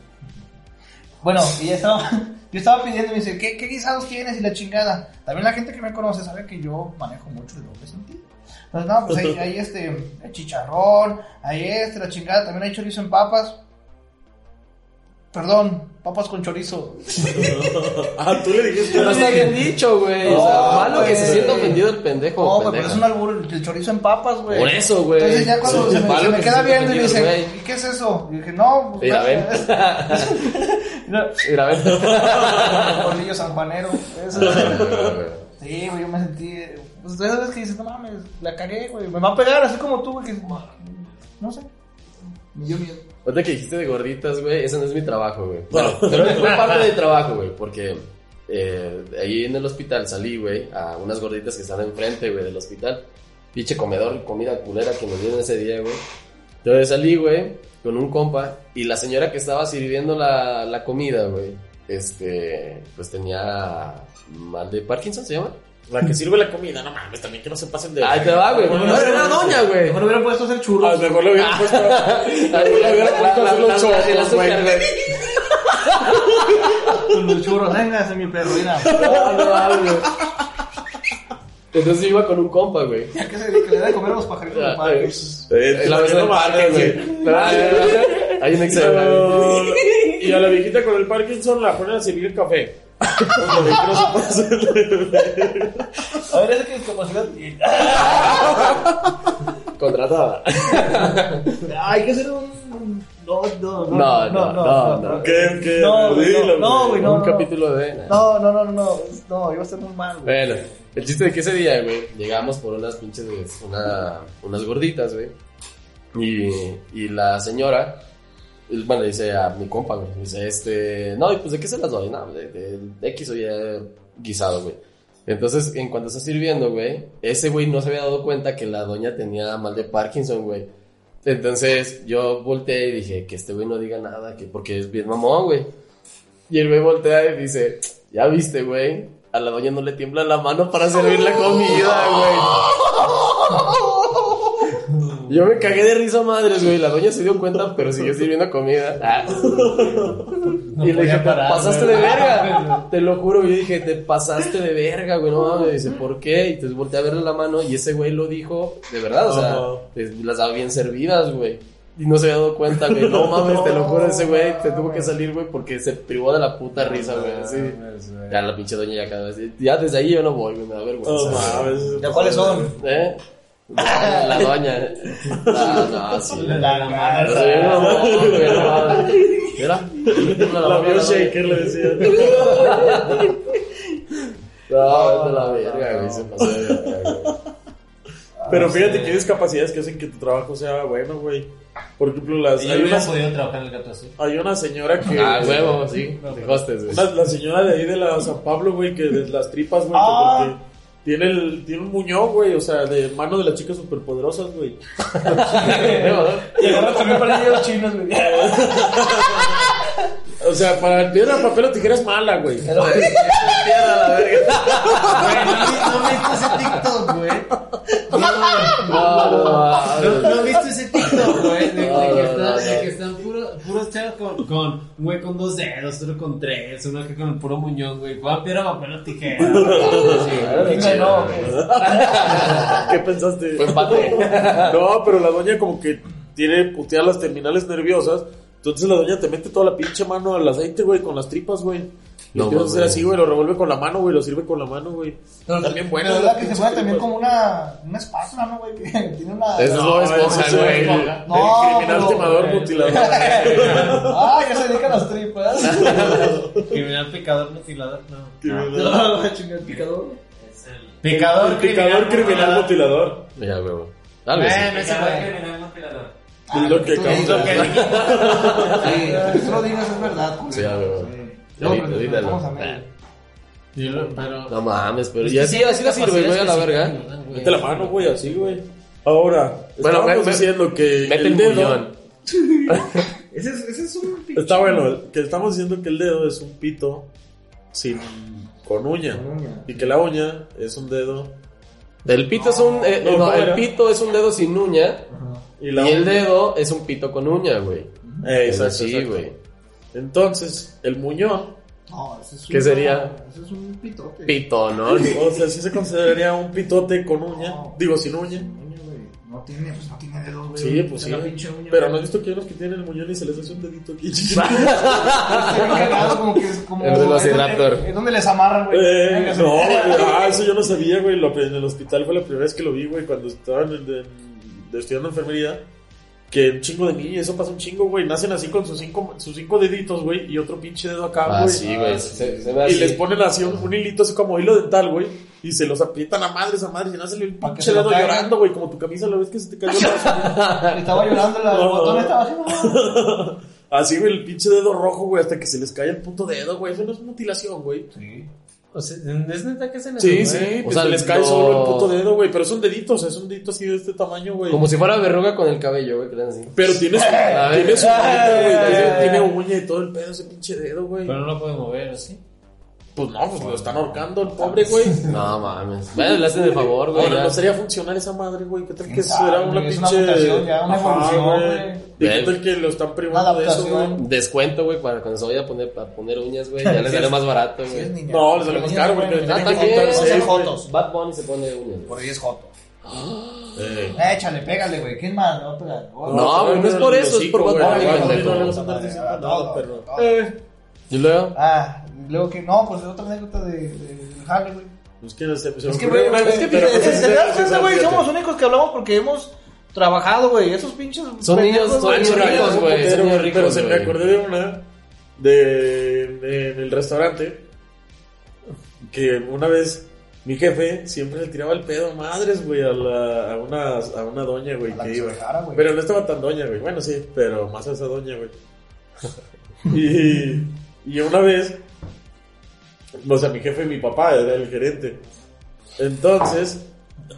[SPEAKER 4] Bueno, y ya estaba, yo estaba pidiendo, me dice, ¿qué, qué guisados tienes? Y la chingada. También la gente que me conoce sabe que yo manejo mucho el doble sentido. Entonces, no, pues hay, hay este, el chicharrón, hay este, la chingada, también hay chorizo en papas. Perdón, papas con chorizo.
[SPEAKER 1] Ah, tú le dijiste.
[SPEAKER 2] Pero está bien dicho, güey. O sea,
[SPEAKER 4] No,
[SPEAKER 2] malo que se
[SPEAKER 4] güey.
[SPEAKER 2] sienta ofendido el pendejo.
[SPEAKER 4] No,
[SPEAKER 2] o
[SPEAKER 4] güey, pero
[SPEAKER 2] Oh, pendeja.
[SPEAKER 4] es un albur, el, el chorizo en papas, güey.
[SPEAKER 2] Por eso, güey.
[SPEAKER 4] Entonces ya cuando
[SPEAKER 2] Sí,
[SPEAKER 4] se me,
[SPEAKER 2] malo
[SPEAKER 4] se me
[SPEAKER 2] que
[SPEAKER 4] queda
[SPEAKER 2] se sienta
[SPEAKER 4] viendo y me
[SPEAKER 2] ofendido,
[SPEAKER 4] dice, ¿y qué es eso? Y dije, no, pues.
[SPEAKER 2] Mira, ven.
[SPEAKER 4] es-
[SPEAKER 2] güey. Mira, ven.
[SPEAKER 4] Bolillo sanjuanero. Eso.
[SPEAKER 2] Güey, güey, güey.
[SPEAKER 4] Sí, güey, yo me sentí. Pues de esas veces que dices, no mames, la cagué, güey. Me va a pegar, así como tú, güey, que dices, "Bah, no sé. Me dio miedo.
[SPEAKER 2] Ahorita que dijiste de gorditas, güey, ese no es mi trabajo, güey. Bueno, pero fue parte de trabajo, güey, porque eh, ahí en el hospital salí, güey, a unas gorditas que están enfrente, güey, del hospital. Pinche comedor, comida culera que nos dieron ese día, güey. Entonces salí, güey, con un compa y la señora que estaba sirviendo la, la comida, güey, este, pues tenía mal de Parkinson, ¿se llama?
[SPEAKER 1] La que sirve la comida, no mames, también que no se pasen de.
[SPEAKER 2] Ahí te va, güey. Ah.
[SPEAKER 1] Bueno,
[SPEAKER 2] No era una doña, güey.
[SPEAKER 4] Mejor me hubieran puesto a hacer
[SPEAKER 1] A
[SPEAKER 4] churros.
[SPEAKER 1] lo mejor lo hubieran puesto. a-
[SPEAKER 2] La-
[SPEAKER 1] Ahí
[SPEAKER 2] la-
[SPEAKER 1] la hubieran
[SPEAKER 2] la-
[SPEAKER 1] puesto a
[SPEAKER 2] la-
[SPEAKER 1] hacer los
[SPEAKER 2] la- el
[SPEAKER 1] chocos, güey.
[SPEAKER 2] azúcar, güey. Ah,
[SPEAKER 4] Con los churros, véngase, mi perro, mira.
[SPEAKER 2] No, no, mames, güey. Entonces yo iba con un compa, güey.
[SPEAKER 4] Ya que se que le da de comer a los pajaritos
[SPEAKER 2] Ah,
[SPEAKER 4] del parque.
[SPEAKER 2] eh,
[SPEAKER 1] Eh,
[SPEAKER 2] La vez
[SPEAKER 1] no
[SPEAKER 2] del parque,
[SPEAKER 1] mames, güey.
[SPEAKER 2] güey. La- Hay un Excel, güey.
[SPEAKER 1] No. Y a la viejita con el Parkinson la ponen a servir café.
[SPEAKER 4] A ver, ese que discapacidad.
[SPEAKER 2] Contratada.
[SPEAKER 4] Hay que hacer un. No, no,
[SPEAKER 2] No, no, no, no.
[SPEAKER 1] ¿Qué, qué?
[SPEAKER 4] No, güey, no,
[SPEAKER 1] Dilo,
[SPEAKER 4] no, güey, no.
[SPEAKER 2] Un capítulo de...
[SPEAKER 4] No, no, no, no, no, no, iba a ser muy mal, güey.
[SPEAKER 2] Bueno, el chiste de que ese día, güey, llegamos por unas pinches, güey, una, unas gorditas, güey. Y, y la señora, el- bueno, le dice a mi compa, güey, dice, este, no, y pues de qué se las doy, no, de, de X o Y guisado, güey. Entonces, en cuanto está sirviendo, güey, ese güey no se había dado cuenta que la doña tenía mal de Parkinson, güey. Entonces, yo volteé y dije, que este güey no diga nada, que porque es bien mamón, güey. Y el güey voltea y dice, ya viste, güey, a la doña no le tiembla la mano para servir la comida, güey. Yo me cagué de risa madres, güey. La doña se dio cuenta, pero siguió sirviendo comida. Ah. y le
[SPEAKER 3] podía
[SPEAKER 2] dije, te
[SPEAKER 3] parar,
[SPEAKER 2] pasaste de
[SPEAKER 3] güey".
[SPEAKER 2] verga. te lo juro, yo dije, te pasaste de verga, güey. No mames, dice, ¿por qué? Y entonces volteé a verle la mano y ese güey lo dijo de verdad, o sea,
[SPEAKER 1] Ajá.
[SPEAKER 2] pues, las daba bien servidas, güey. Y no se había dado cuenta, güey. No mames, te lo juro, ese güey se tuvo que salir, güey, porque se privó de la puta risa, güey. así. Ya la pinche doña ya cada vez. Ya desde ahí yo no voy, güey, me da vergüenza.
[SPEAKER 1] No mames.
[SPEAKER 4] ¿Ya cuáles son?
[SPEAKER 2] ¿Eh? La doña. No, no, sí.
[SPEAKER 3] La
[SPEAKER 2] Pero
[SPEAKER 3] madre.
[SPEAKER 2] se ve mamón, güey, no mames. Mira.
[SPEAKER 1] La vio shaker, le decía.
[SPEAKER 2] No, es de la verga, güey. Se pasó de verga, güey.
[SPEAKER 1] Pero fíjate que hay discapacidades que hacen que tu trabajo sea bueno, güey. Por ejemplo, las,
[SPEAKER 3] Y
[SPEAKER 1] hay,
[SPEAKER 3] yo hubiera
[SPEAKER 1] una,
[SPEAKER 3] podido trabajar en el gato azul.
[SPEAKER 1] hay una señora que.
[SPEAKER 2] Ah, huevo, sí. Te costes, güey.
[SPEAKER 1] La, la señora de ahí de la San Pablo, güey, que de las tripas, güey, que
[SPEAKER 4] Ah.
[SPEAKER 1] porque tiene, el, tiene un muñón, güey, o sea, de mano de las chicas superpoderosas, güey.
[SPEAKER 4] Y ahora también para ellos los chinos, güey.
[SPEAKER 1] O sea, para piedra, papel o tijera es mala, güey.
[SPEAKER 2] Pierda la verga.
[SPEAKER 3] Güey, ¿No no viste ese TikTok, güey? No,
[SPEAKER 2] No, no,
[SPEAKER 3] No,
[SPEAKER 2] no.
[SPEAKER 3] no viste ese TikTok, güey, de,
[SPEAKER 2] No,
[SPEAKER 3] de que,
[SPEAKER 2] no,
[SPEAKER 3] está-
[SPEAKER 2] no,
[SPEAKER 3] de
[SPEAKER 2] no.
[SPEAKER 3] que están puro- puros chavos con, con un güey con dos dedos, otro con tres, uno acá con el puro muñón, güey. Juan piedra, papel o tijera.
[SPEAKER 4] Y
[SPEAKER 2] chido,
[SPEAKER 4] no,
[SPEAKER 2] güey.
[SPEAKER 4] güey.
[SPEAKER 1] ¿Qué pensaste?
[SPEAKER 2] Fue empate.
[SPEAKER 1] No, pero la doña como que tiene puteadas las terminales nerviosas. Entonces la doña te mete toda la pinche mano al aceite, güey, con las tripas, güey. Lo
[SPEAKER 2] No,
[SPEAKER 1] empieza a hacer
[SPEAKER 2] mames.
[SPEAKER 1] así, güey, lo revuelve con la mano, güey, lo sirve con la mano, güey. También bueno.
[SPEAKER 4] Pero es la que se juega también como una, una espátula, ¿no, güey? Que tiene una.
[SPEAKER 2] Es- Bob Esponja, güey.
[SPEAKER 4] No,
[SPEAKER 1] el criminal
[SPEAKER 4] pero-
[SPEAKER 1] timador mutilador.
[SPEAKER 4] Ah, ya se dedican las tripas.
[SPEAKER 3] Criminal picador mutilador, no.
[SPEAKER 1] Criminal-
[SPEAKER 4] No, chinga, picador.
[SPEAKER 3] Es el
[SPEAKER 1] El picador criminal mutilador.
[SPEAKER 2] Ya, huevo.
[SPEAKER 3] Bueno,
[SPEAKER 2] Tal vez. sí.
[SPEAKER 3] ese güey.
[SPEAKER 1] Es lo que
[SPEAKER 4] Ah, tú
[SPEAKER 1] acabas
[SPEAKER 4] dices,
[SPEAKER 1] de
[SPEAKER 4] güey. Sí, tú lo digas, es verdad. güey.
[SPEAKER 2] Sí, ya, güey.
[SPEAKER 4] Luego,
[SPEAKER 2] Ahorita,
[SPEAKER 4] pues,
[SPEAKER 2] ahorita
[SPEAKER 4] vamos a
[SPEAKER 2] lo-
[SPEAKER 4] ver.
[SPEAKER 3] Yo lo- pero-
[SPEAKER 2] No mames, pero.
[SPEAKER 3] Pues Es
[SPEAKER 2] Y
[SPEAKER 3] que
[SPEAKER 2] así,
[SPEAKER 3] sí hay
[SPEAKER 2] Pues así la sirve, güey, a la
[SPEAKER 3] capacidades que sí
[SPEAKER 2] verga.
[SPEAKER 3] te ayudan, güey.
[SPEAKER 1] Mete la mano, güey, así, güey. Ahora,
[SPEAKER 2] Bueno,
[SPEAKER 1] bueno,
[SPEAKER 2] me-
[SPEAKER 1] estábamos
[SPEAKER 2] me-
[SPEAKER 1] diciendo que
[SPEAKER 2] Mete el
[SPEAKER 1] el dedo...
[SPEAKER 2] muñón.
[SPEAKER 4] Ese es, ese es un pinche-
[SPEAKER 1] Está bueno, que estamos diciendo que el dedo es un pito sin... con uña.
[SPEAKER 4] Con uña.
[SPEAKER 1] Y que la uña es un dedo...
[SPEAKER 2] El pito es un. eh,
[SPEAKER 1] No,
[SPEAKER 2] no,
[SPEAKER 1] ¿cómo
[SPEAKER 2] el
[SPEAKER 1] era?
[SPEAKER 2] pito es un dedo sin uña.
[SPEAKER 1] Y la
[SPEAKER 2] Y el
[SPEAKER 1] uña-
[SPEAKER 2] dedo es un pito con uña, güey.
[SPEAKER 1] Eh,
[SPEAKER 2] Es
[SPEAKER 1] exacto,
[SPEAKER 2] así,
[SPEAKER 1] exacto.
[SPEAKER 2] güey.
[SPEAKER 1] Entonces, el muñón,
[SPEAKER 4] No, ese es un-
[SPEAKER 2] ¿Qué sería?
[SPEAKER 4] Ese es un pitote.
[SPEAKER 2] Pito, ¿no?
[SPEAKER 1] o sea, sí se consideraría un pitote con uña,
[SPEAKER 4] No.
[SPEAKER 1] digo, sin uña.
[SPEAKER 4] Uña, güey. No tiene, pues no tiene dedos, güey.
[SPEAKER 1] Sí, pues sí.
[SPEAKER 4] Una pinche uña,
[SPEAKER 1] Pero no
[SPEAKER 4] güey.
[SPEAKER 1] he visto que hay unos que tienen el muñón y se les hace un dedito aquí.
[SPEAKER 4] Está bien cagado, como que es como.
[SPEAKER 2] El velociraptor.
[SPEAKER 4] Es donde- Es donde les amarran, güey.
[SPEAKER 1] Eh,
[SPEAKER 4] Venga,
[SPEAKER 1] no,
[SPEAKER 4] se-
[SPEAKER 1] güey, ah, eso yo no sabía, güey. Lo, en el hospital fue la primera vez que lo vi, güey, cuando estaban en- en- estudiando enfermería. Que un chingo de niños, eso pasa un chingo, güey. Nacen así con sus cinco, sus cinco deditos, güey, y otro pinche dedo acá, güey.
[SPEAKER 2] Ah, sí, güey.
[SPEAKER 3] Ah,
[SPEAKER 2] se-
[SPEAKER 3] sí.
[SPEAKER 2] se ve
[SPEAKER 1] Y
[SPEAKER 2] así.
[SPEAKER 1] les ponen así un, un hilito así como hilo dental, güey. Y se los aprietan a madres a madres y nacen el
[SPEAKER 4] Pa' que
[SPEAKER 1] pinche
[SPEAKER 4] se lo
[SPEAKER 1] dedo
[SPEAKER 4] caigan.
[SPEAKER 1] llorando, güey. Como tu camisa la vez que se te cayó.
[SPEAKER 4] Estaba llorando, la, el botón estaba así, mamá.
[SPEAKER 1] así, güey, el pinche dedo rojo, güey, hasta que se les cae el puto dedo, güey. Eso no es mutilación, güey.
[SPEAKER 4] Sí.
[SPEAKER 3] O sea, ¿es neta que se les
[SPEAKER 1] Sí,
[SPEAKER 3] mueve?
[SPEAKER 1] sí,
[SPEAKER 2] O
[SPEAKER 1] o
[SPEAKER 2] sea,
[SPEAKER 1] sea, les cae
[SPEAKER 2] no-
[SPEAKER 1] solo el puto dedo, güey. Pero es un dedito, o sea, es un dedito así de este tamaño, güey.
[SPEAKER 2] Como si fuera verruga con el cabello, güey, que le dan así.
[SPEAKER 1] Pero tiene su,
[SPEAKER 2] A ver.
[SPEAKER 1] tiene su uñita, güey.
[SPEAKER 4] Ay.
[SPEAKER 1] Tiene uña y todo el pedo ese pinche dedo, güey.
[SPEAKER 3] Pero no lo pueden mover, ¿sí?
[SPEAKER 1] Pues no, pues lo están ahorcando el pobre, güey.
[SPEAKER 2] No mames. Bueno, le hacen el favor, güey.
[SPEAKER 1] Ahora
[SPEAKER 2] ya.
[SPEAKER 1] no sería funcional esa madre, güey. ¿Qué tal que
[SPEAKER 4] ¿Quién sabe,
[SPEAKER 1] será una
[SPEAKER 4] güey? Es una
[SPEAKER 1] pinche.
[SPEAKER 4] mutación ya, una
[SPEAKER 1] Ajá,
[SPEAKER 4] evolución,
[SPEAKER 1] güey. ¿Y
[SPEAKER 4] güey.
[SPEAKER 1] qué
[SPEAKER 2] Bien.
[SPEAKER 1] tal que lo están privando de eso,
[SPEAKER 4] Adaptación.
[SPEAKER 1] güey?
[SPEAKER 2] Descuento, güey, para cuando se vaya a poner, a poner uñas, güey. Ya les sale más barato,
[SPEAKER 4] Sí, es
[SPEAKER 2] güey.
[SPEAKER 4] niña.
[SPEAKER 1] No, les sale más
[SPEAKER 4] Niña,
[SPEAKER 1] caro,
[SPEAKER 4] güey,
[SPEAKER 1] porque
[SPEAKER 4] niña,
[SPEAKER 1] tienen
[SPEAKER 2] Ah,
[SPEAKER 1] que
[SPEAKER 2] también,
[SPEAKER 1] juntar
[SPEAKER 2] no
[SPEAKER 1] seis,
[SPEAKER 4] sean
[SPEAKER 1] güey.
[SPEAKER 4] jotos.
[SPEAKER 2] Bad Bunny se pone uñas. güey.
[SPEAKER 4] Por ahí es Joto.
[SPEAKER 1] Eh.
[SPEAKER 4] Échale, pégale, güey. ¿Quién más? No, pégale.
[SPEAKER 2] No, güey, no es por eso, es por
[SPEAKER 1] Hocico, güey.
[SPEAKER 2] Bad Bunny,
[SPEAKER 1] Bad Bunny
[SPEAKER 2] pendejo.
[SPEAKER 1] no le vas a andar diciendo
[SPEAKER 4] Ah,
[SPEAKER 1] nada,
[SPEAKER 4] no,
[SPEAKER 1] perro.
[SPEAKER 4] no.
[SPEAKER 1] Eh.
[SPEAKER 2] Y luego.
[SPEAKER 4] Ah, luego que. No, pues otra anécdota de, de Harley, güey.
[SPEAKER 1] Es que se, se
[SPEAKER 4] Es que,
[SPEAKER 1] me ocurrió
[SPEAKER 4] güey,
[SPEAKER 1] una vez,
[SPEAKER 4] es que,
[SPEAKER 1] pero pues,
[SPEAKER 4] fíjate,
[SPEAKER 1] sí,
[SPEAKER 4] te- te
[SPEAKER 1] sí,
[SPEAKER 4] das
[SPEAKER 1] sí,
[SPEAKER 4] cuenta,
[SPEAKER 1] sí,
[SPEAKER 4] güey,
[SPEAKER 1] sí,
[SPEAKER 4] somos los
[SPEAKER 1] sí.
[SPEAKER 4] únicos que hablamos porque hemos trabajado, güey. Esos pinches.
[SPEAKER 2] Son niños,
[SPEAKER 4] pendejos,
[SPEAKER 2] son
[SPEAKER 4] güey.
[SPEAKER 2] niños
[SPEAKER 1] Pero
[SPEAKER 2] ricos, güey,
[SPEAKER 1] pero-
[SPEAKER 2] son niños ricos,
[SPEAKER 1] Pero se me
[SPEAKER 2] güey.
[SPEAKER 1] acordé de una de, de- en el restaurante que una vez mi jefe siempre le tiraba el pedo madres, güey, a, la, a, una, a una doña, güey,
[SPEAKER 4] A la
[SPEAKER 1] que
[SPEAKER 4] que se
[SPEAKER 1] iba.
[SPEAKER 4] dejara, güey.
[SPEAKER 1] Pero no estaba tan doña, güey. Bueno, sí, pero más a esa doña, güey. Y, y una vez, o sea, mi jefe y mi papá era el gerente. Entonces,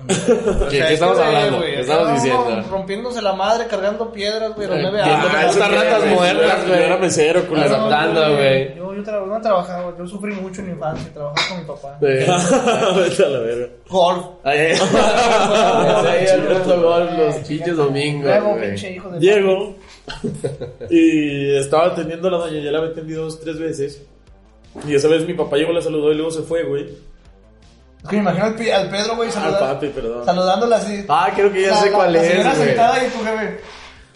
[SPEAKER 2] ¿Qué,
[SPEAKER 4] O sea,
[SPEAKER 2] qué
[SPEAKER 4] es que,
[SPEAKER 2] estamos
[SPEAKER 4] güey,
[SPEAKER 2] hablando?
[SPEAKER 4] güey,
[SPEAKER 2] ¿Qué estamos
[SPEAKER 4] estábamos
[SPEAKER 2] diciendo?
[SPEAKER 4] Rompiéndose la madre, cargando piedras, güey. a los Ah,
[SPEAKER 2] Eh,
[SPEAKER 4] nueve
[SPEAKER 1] ah,
[SPEAKER 2] viendo
[SPEAKER 4] años.
[SPEAKER 2] cómo están
[SPEAKER 4] güey.
[SPEAKER 2] ratas muertas,
[SPEAKER 1] Yo era
[SPEAKER 2] güey.
[SPEAKER 1] mesero, culero.
[SPEAKER 2] Las Adaptando,
[SPEAKER 4] No,
[SPEAKER 2] güey.
[SPEAKER 4] Yo, yo, tra- no trabajaba, güey. yo sufrí mucho en mi infancia, trabajaba con mi papá.
[SPEAKER 2] Sí.
[SPEAKER 1] Vete a la verga.
[SPEAKER 4] Golf.
[SPEAKER 2] Ahí ahí eh, el reto gol los pinches domingos,
[SPEAKER 4] Luego,
[SPEAKER 2] güey.
[SPEAKER 4] pinche hijo de.
[SPEAKER 1] Llego y estaba atendiendo a la doña, ya la había atendido dos, tres veces. Y esa vez mi papá llegó, la saludó y luego se fue, güey.
[SPEAKER 4] Es que me imagino al, pi- al Pedro, güey,
[SPEAKER 1] Al
[SPEAKER 4] saluda-
[SPEAKER 1] papi, perdón.
[SPEAKER 4] saludándola así.
[SPEAKER 2] Ah, creo que ya
[SPEAKER 4] La-
[SPEAKER 2] sé
[SPEAKER 4] la-
[SPEAKER 2] cuál
[SPEAKER 4] la
[SPEAKER 2] es,
[SPEAKER 4] señora
[SPEAKER 2] güey.
[SPEAKER 4] sentada y tu jefe.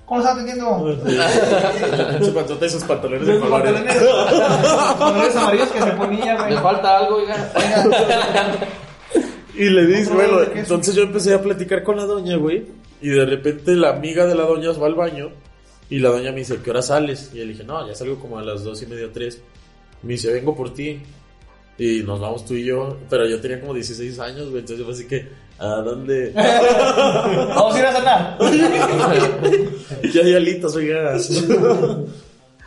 [SPEAKER 4] ¿Cómo estás atendiendo?
[SPEAKER 1] Sí. Su panzota y sus pantalones de
[SPEAKER 4] Los pantalones,
[SPEAKER 1] colores.
[SPEAKER 4] los pantalones amarillos que se ponía, güey.
[SPEAKER 2] Le falta algo, oiga.
[SPEAKER 1] Y le dice,
[SPEAKER 4] Otro
[SPEAKER 1] bueno,
[SPEAKER 4] rollo de queso.
[SPEAKER 1] entonces yo empecé a platicar con la doña, güey. Y de repente la amiga de la doña va al baño. Y la doña me dice, ¿qué hora sales? Y yo le dije, no, ya salgo como a las dos y media, tres. Me dice, vengo por ti. Y nos vamos tú y yo. Pero yo tenía como 16 años, güey. Entonces yo así que, ¿a dónde?
[SPEAKER 4] Vamos a ir a cenar.
[SPEAKER 1] Ya hay alitas, oigas.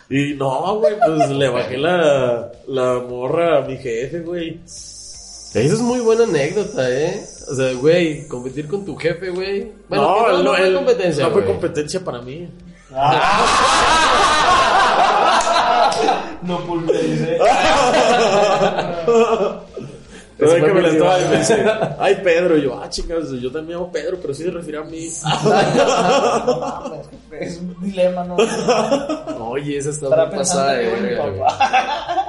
[SPEAKER 1] y no, güey, pues le bajé la, la morra a mi jefe, güey.
[SPEAKER 2] Eso es muy buena anécdota, eh. O sea, güey, competir con tu jefe, güey. Bueno, que no, no, fue
[SPEAKER 1] él-
[SPEAKER 2] competencia.
[SPEAKER 1] No fue
[SPEAKER 2] güey.
[SPEAKER 1] competencia para mí.
[SPEAKER 4] No pulvericé.
[SPEAKER 1] Pero
[SPEAKER 2] Eso
[SPEAKER 1] es
[SPEAKER 2] fue
[SPEAKER 1] que me la estaba
[SPEAKER 2] mentira.
[SPEAKER 1] me dice, Ay, Pedro. Y yo, ah, chicas, yo también me llamo Pedro, pero sí se refiere a mí.
[SPEAKER 4] Es un dilema, ¿no?
[SPEAKER 2] Oye, esa está
[SPEAKER 4] Estará
[SPEAKER 2] muy
[SPEAKER 4] pensando
[SPEAKER 2] pasada de
[SPEAKER 4] que yo mi
[SPEAKER 2] verga, güey.
[SPEAKER 4] papá.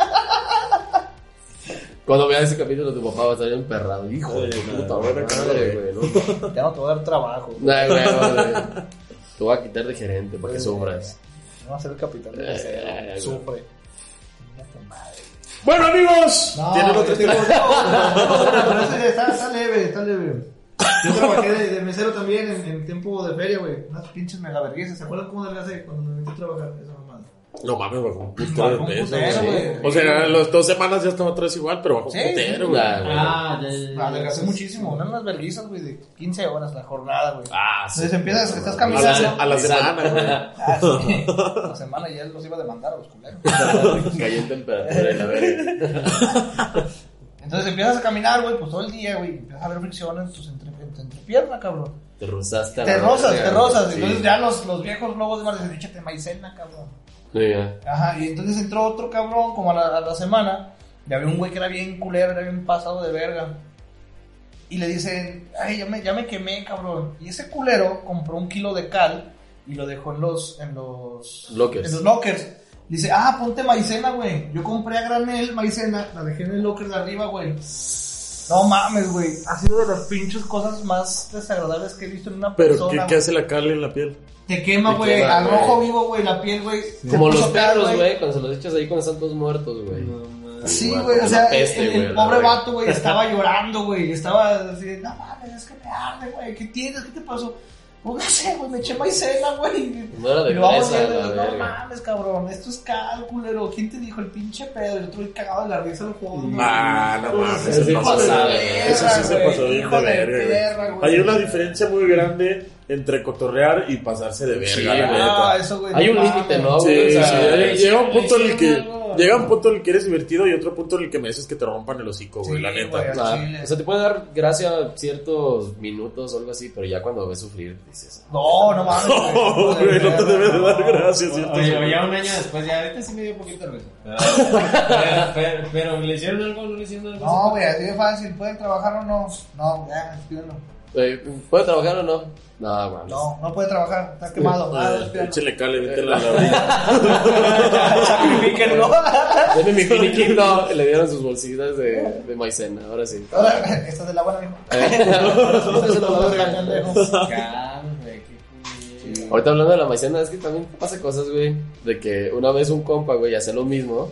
[SPEAKER 2] Cuando veas ese capítulo, tu papá va a estar emperrado. Hijo de
[SPEAKER 1] Sí,
[SPEAKER 2] tu
[SPEAKER 1] no,
[SPEAKER 2] puta
[SPEAKER 1] buena
[SPEAKER 2] madre,
[SPEAKER 1] cara,
[SPEAKER 2] güey. ¿no?
[SPEAKER 4] Ya no te voy a dar trabajo. güey.
[SPEAKER 2] Nah, güey, güey. Te voy a quitar de gerente para que sobras.
[SPEAKER 4] No va a ser el capitán de la
[SPEAKER 2] Eh,
[SPEAKER 4] serie.
[SPEAKER 2] güey.
[SPEAKER 4] Sufre. Chinga tu madre.
[SPEAKER 1] Bueno, amigos,
[SPEAKER 4] No,
[SPEAKER 1] tienen
[SPEAKER 4] yo
[SPEAKER 1] otro
[SPEAKER 4] tengo-
[SPEAKER 1] tema.
[SPEAKER 4] no, no, pero ese está, está leve, está leve. Yo trabajé de, de mesero también en, en tiempo de feria, güey. Unas pinches megaverguesas. ¿Se acuerdan cómo adelgacé cuando me metí a trabajar? Esa mamada.
[SPEAKER 1] No mames, bajó un
[SPEAKER 4] Bajó
[SPEAKER 1] putero de
[SPEAKER 4] un
[SPEAKER 1] peso.
[SPEAKER 4] putero,
[SPEAKER 1] güey.
[SPEAKER 4] güey.
[SPEAKER 1] O sea, las dos semanas ya estaba otra vez igual, pero bajó
[SPEAKER 4] Sí,
[SPEAKER 1] un putero,
[SPEAKER 4] sí.
[SPEAKER 1] güey.
[SPEAKER 2] Nah, güey.
[SPEAKER 3] Ah, ya, ya, ya.
[SPEAKER 4] Eh, Adelgacé muchísimo. Eran unas verguizas, güey, de 15 horas la jornada, güey.
[SPEAKER 2] Ah, sí.
[SPEAKER 4] Entonces empiezas,
[SPEAKER 1] A la,
[SPEAKER 4] estás caminando.
[SPEAKER 1] a la semana, güey.
[SPEAKER 4] Ah, sí. La semana ya los iba a demandar a los culeros.
[SPEAKER 2] Cayó en temperatura y la verga.
[SPEAKER 4] Entonces empiezas a caminar, güey, pues todo el día, güey. Empiezas a ver fricción en tus entre, en tu entrepierna, cabrón.
[SPEAKER 2] Te rozaste. a
[SPEAKER 4] Te
[SPEAKER 2] la
[SPEAKER 4] rozas,
[SPEAKER 2] verga,
[SPEAKER 4] te rozas.
[SPEAKER 2] sí.
[SPEAKER 4] Entonces ya los, los viejos lobos de mar dicen, échate maicena, cabrón.
[SPEAKER 2] Sí, ya.
[SPEAKER 4] Ajá, y entonces entró otro cabrón como a la, a la semana. Y había un güey que era bien culero, era bien pasado de verga. Y le dicen, ay, ya me, ya me quemé, cabrón. Y ese culero compró un kilo de cal y lo dejó en los, en los
[SPEAKER 2] Lockers.
[SPEAKER 4] En los lockers. Dice, ah, ponte maicena, güey. Yo compré a granel maicena, la dejé en el locker de arriba, güey. No mames, güey. Ha sido de las pinches cosas más desagradables que he visto en una
[SPEAKER 1] Pero, ¿qué,
[SPEAKER 4] persona.
[SPEAKER 1] ¿qué hace la cal en la piel?
[SPEAKER 4] Te quema,
[SPEAKER 2] Te
[SPEAKER 4] güey.
[SPEAKER 2] quema,
[SPEAKER 4] Al
[SPEAKER 2] güey.
[SPEAKER 4] rojo vivo, güey. La piel, güey. Se
[SPEAKER 2] Como
[SPEAKER 4] puso
[SPEAKER 2] los
[SPEAKER 4] fea,
[SPEAKER 2] perros, güey, cuando se los echas ahí cuando están todos muertos, güey.
[SPEAKER 3] No, mames.
[SPEAKER 4] Sí,
[SPEAKER 2] Igual,
[SPEAKER 4] güey, o
[SPEAKER 2] como
[SPEAKER 4] sea,
[SPEAKER 2] la peste,
[SPEAKER 4] el, el
[SPEAKER 2] güey, la
[SPEAKER 4] pobre
[SPEAKER 2] verga.
[SPEAKER 4] vato, güey, estaba llorando, güey, estaba así, no mames, es que me arde, güey, ¿qué tienes? ¿Qué te pasó? Póngase, güey, me eché maicena, güey.
[SPEAKER 2] No era de
[SPEAKER 4] Y lo vamos
[SPEAKER 2] fresa,
[SPEAKER 4] a ver,
[SPEAKER 2] la
[SPEAKER 4] no
[SPEAKER 2] verga.
[SPEAKER 4] mames, cabrón, esto es cálculo. ¿Quién te dijo el pinche pedo? El otro el cagado de la risa del juego.
[SPEAKER 1] Ah, no mames,
[SPEAKER 2] Ese
[SPEAKER 1] se
[SPEAKER 2] sí
[SPEAKER 1] pasó
[SPEAKER 2] pasó
[SPEAKER 1] de
[SPEAKER 2] de
[SPEAKER 1] verga,
[SPEAKER 2] verga,
[SPEAKER 1] Eso sí se
[SPEAKER 4] güey,
[SPEAKER 1] pasó bien
[SPEAKER 4] hijo
[SPEAKER 1] de
[SPEAKER 4] de
[SPEAKER 1] verga,
[SPEAKER 4] perra,
[SPEAKER 1] güey.
[SPEAKER 4] güey.
[SPEAKER 1] Hay una diferencia muy grande entre cotorrear y pasarse de verga,
[SPEAKER 2] Sí,
[SPEAKER 1] la
[SPEAKER 2] güey.
[SPEAKER 1] neta.
[SPEAKER 4] Ah, eso, güey.
[SPEAKER 2] Hay
[SPEAKER 4] no
[SPEAKER 2] un
[SPEAKER 4] mames.
[SPEAKER 2] límite, ¿no?
[SPEAKER 1] Sí,
[SPEAKER 2] güey? O sea,
[SPEAKER 1] sí, llega- llega un punto en el que
[SPEAKER 4] algo.
[SPEAKER 1] llega un punto en el que eres divertido y otro punto en el que mereces que te rompan el hocico, güey,
[SPEAKER 4] Sí,
[SPEAKER 1] la neta.
[SPEAKER 4] güey.
[SPEAKER 2] Ah,
[SPEAKER 4] Chile.
[SPEAKER 2] o sea, te puede dar gracia ciertos minutos o algo así, pero ya cuando ves sufrir, dices.
[SPEAKER 4] No, no mames.
[SPEAKER 1] No,
[SPEAKER 4] hijo de
[SPEAKER 1] güey, no te
[SPEAKER 4] perra,
[SPEAKER 1] debe de dar
[SPEAKER 4] no.
[SPEAKER 1] gracias, ¿cierto?
[SPEAKER 3] Oye, oye, ya un año después, ya ahorita sí me dio poquito risa. Pero, Ah, pero, pero, ¿le hicieron algo? ¿No le hicieron algo?
[SPEAKER 4] No, güey, así de fácil. ¿Pueden trabajar o no? No, ya, despídenlo.
[SPEAKER 2] eh, ¿Puedo trabajar o no? No, mames.
[SPEAKER 4] No, no puede trabajar. Está quemado. Ah,
[SPEAKER 1] Eh,
[SPEAKER 4] despídenlo.
[SPEAKER 1] Échale cale, vete a la orilla.
[SPEAKER 4] Sacrifíquenlo.
[SPEAKER 2] Deme mi finiquito. Le dieron sus bolsitas de, de maicena, ahora sí.
[SPEAKER 4] Ahora, Esta es del agua, mijo. Esta es del agua, pendejo.
[SPEAKER 3] Claro, güey, qué culero.
[SPEAKER 2] Ahorita hablando de la maicena, es que también pasa cosas, güey. De que una vez un compa, güey, hace lo mismo.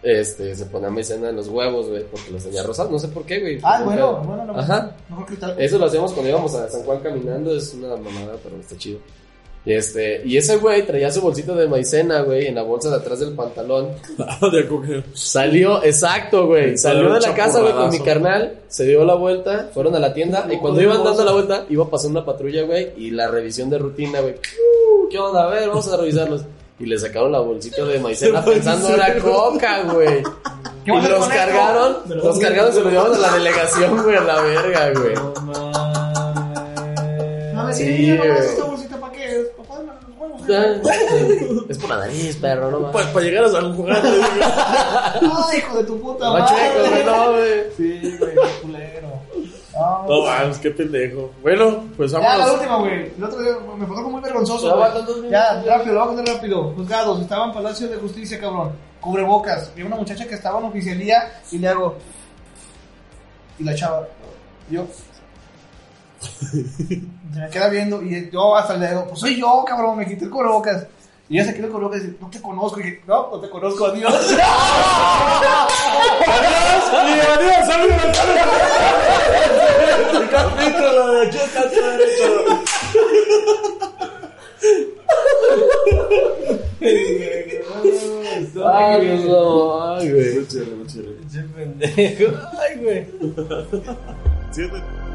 [SPEAKER 2] Este, se ponía maicena en los huevos, güey, porque los tenía rosados. No sé por qué, güey.
[SPEAKER 4] Ah,
[SPEAKER 2] Nunca-
[SPEAKER 4] bueno, bueno, no,
[SPEAKER 2] Ajá. Eh,
[SPEAKER 4] mejor cristal.
[SPEAKER 2] Eso lo hacíamos cuando íbamos a San Juan caminando, es una mamada, pero está chido. Y este, y ese güey traía su bolsito de maicena, güey, en la bolsa de atrás del pantalón.
[SPEAKER 1] De acoger.
[SPEAKER 2] Salió, exacto, güey. Salió de la casa, güey, con mi
[SPEAKER 1] Chapurradazo.
[SPEAKER 2] carnal, se dio la vuelta, fueron a la tienda, y cuando iban dando la vuelta, iba pasando una patrulla, güey, y la revisión de rutina, güey. "Uh, ¿Qué onda? A ver, vamos a revisarlos. Y le sacaron la bolsita de maicena pensando era coca, güey. Y
[SPEAKER 4] ¿Qué vas a hacer
[SPEAKER 2] los
[SPEAKER 4] con esto?
[SPEAKER 2] cargaron, los cargaron, se los llevaron a la delegación, güey, a la verga, güey.
[SPEAKER 3] No mames.
[SPEAKER 4] No me
[SPEAKER 2] Sí, eh.
[SPEAKER 4] digas, no
[SPEAKER 2] güey.
[SPEAKER 4] mames, esta bolsita para qué es. Papá, dame los huevos.
[SPEAKER 2] Es por la nariz, perro, no mames.
[SPEAKER 1] Para llegar a San Juan. güey.
[SPEAKER 4] Ah, hijo de tu puta
[SPEAKER 2] No, chueco, güey,
[SPEAKER 4] madre.
[SPEAKER 2] no, güey.
[SPEAKER 4] Sí, güey, qué culero. No,
[SPEAKER 1] No mames, qué pendejo. Bueno, pues
[SPEAKER 4] Ya, la
[SPEAKER 1] vámonos.
[SPEAKER 4] última, güey. El otro día me pasó como muy
[SPEAKER 2] Ya
[SPEAKER 4] vergonzoso.
[SPEAKER 2] aguantan dos
[SPEAKER 4] güey.
[SPEAKER 2] minutos,
[SPEAKER 4] Ya,
[SPEAKER 2] ya.
[SPEAKER 4] rápido, vamos a hacer rápido. Juzgados, estaba en Palacio de Justicia, cabrón. Cubrebocas. Vi una muchacha que estaba en oficialía y le hago. Y la chava. y Yo. Se me queda viendo y yo hasta le digo, pues soy yo, cabrón, me quité el cubrebocas. Y ella se quitó el cubrebocas y dice, no te conozco. Y dije, no, no te conozco, adiós.
[SPEAKER 1] Bienvenidos, saludos, saludos. El capítulo de aquí está todo derecho.
[SPEAKER 2] Ay, Dios, no, ay, güey.
[SPEAKER 1] Muy chévere, muy chévere.
[SPEAKER 3] Qué pendejo. Ay, güey.
[SPEAKER 1] Siete.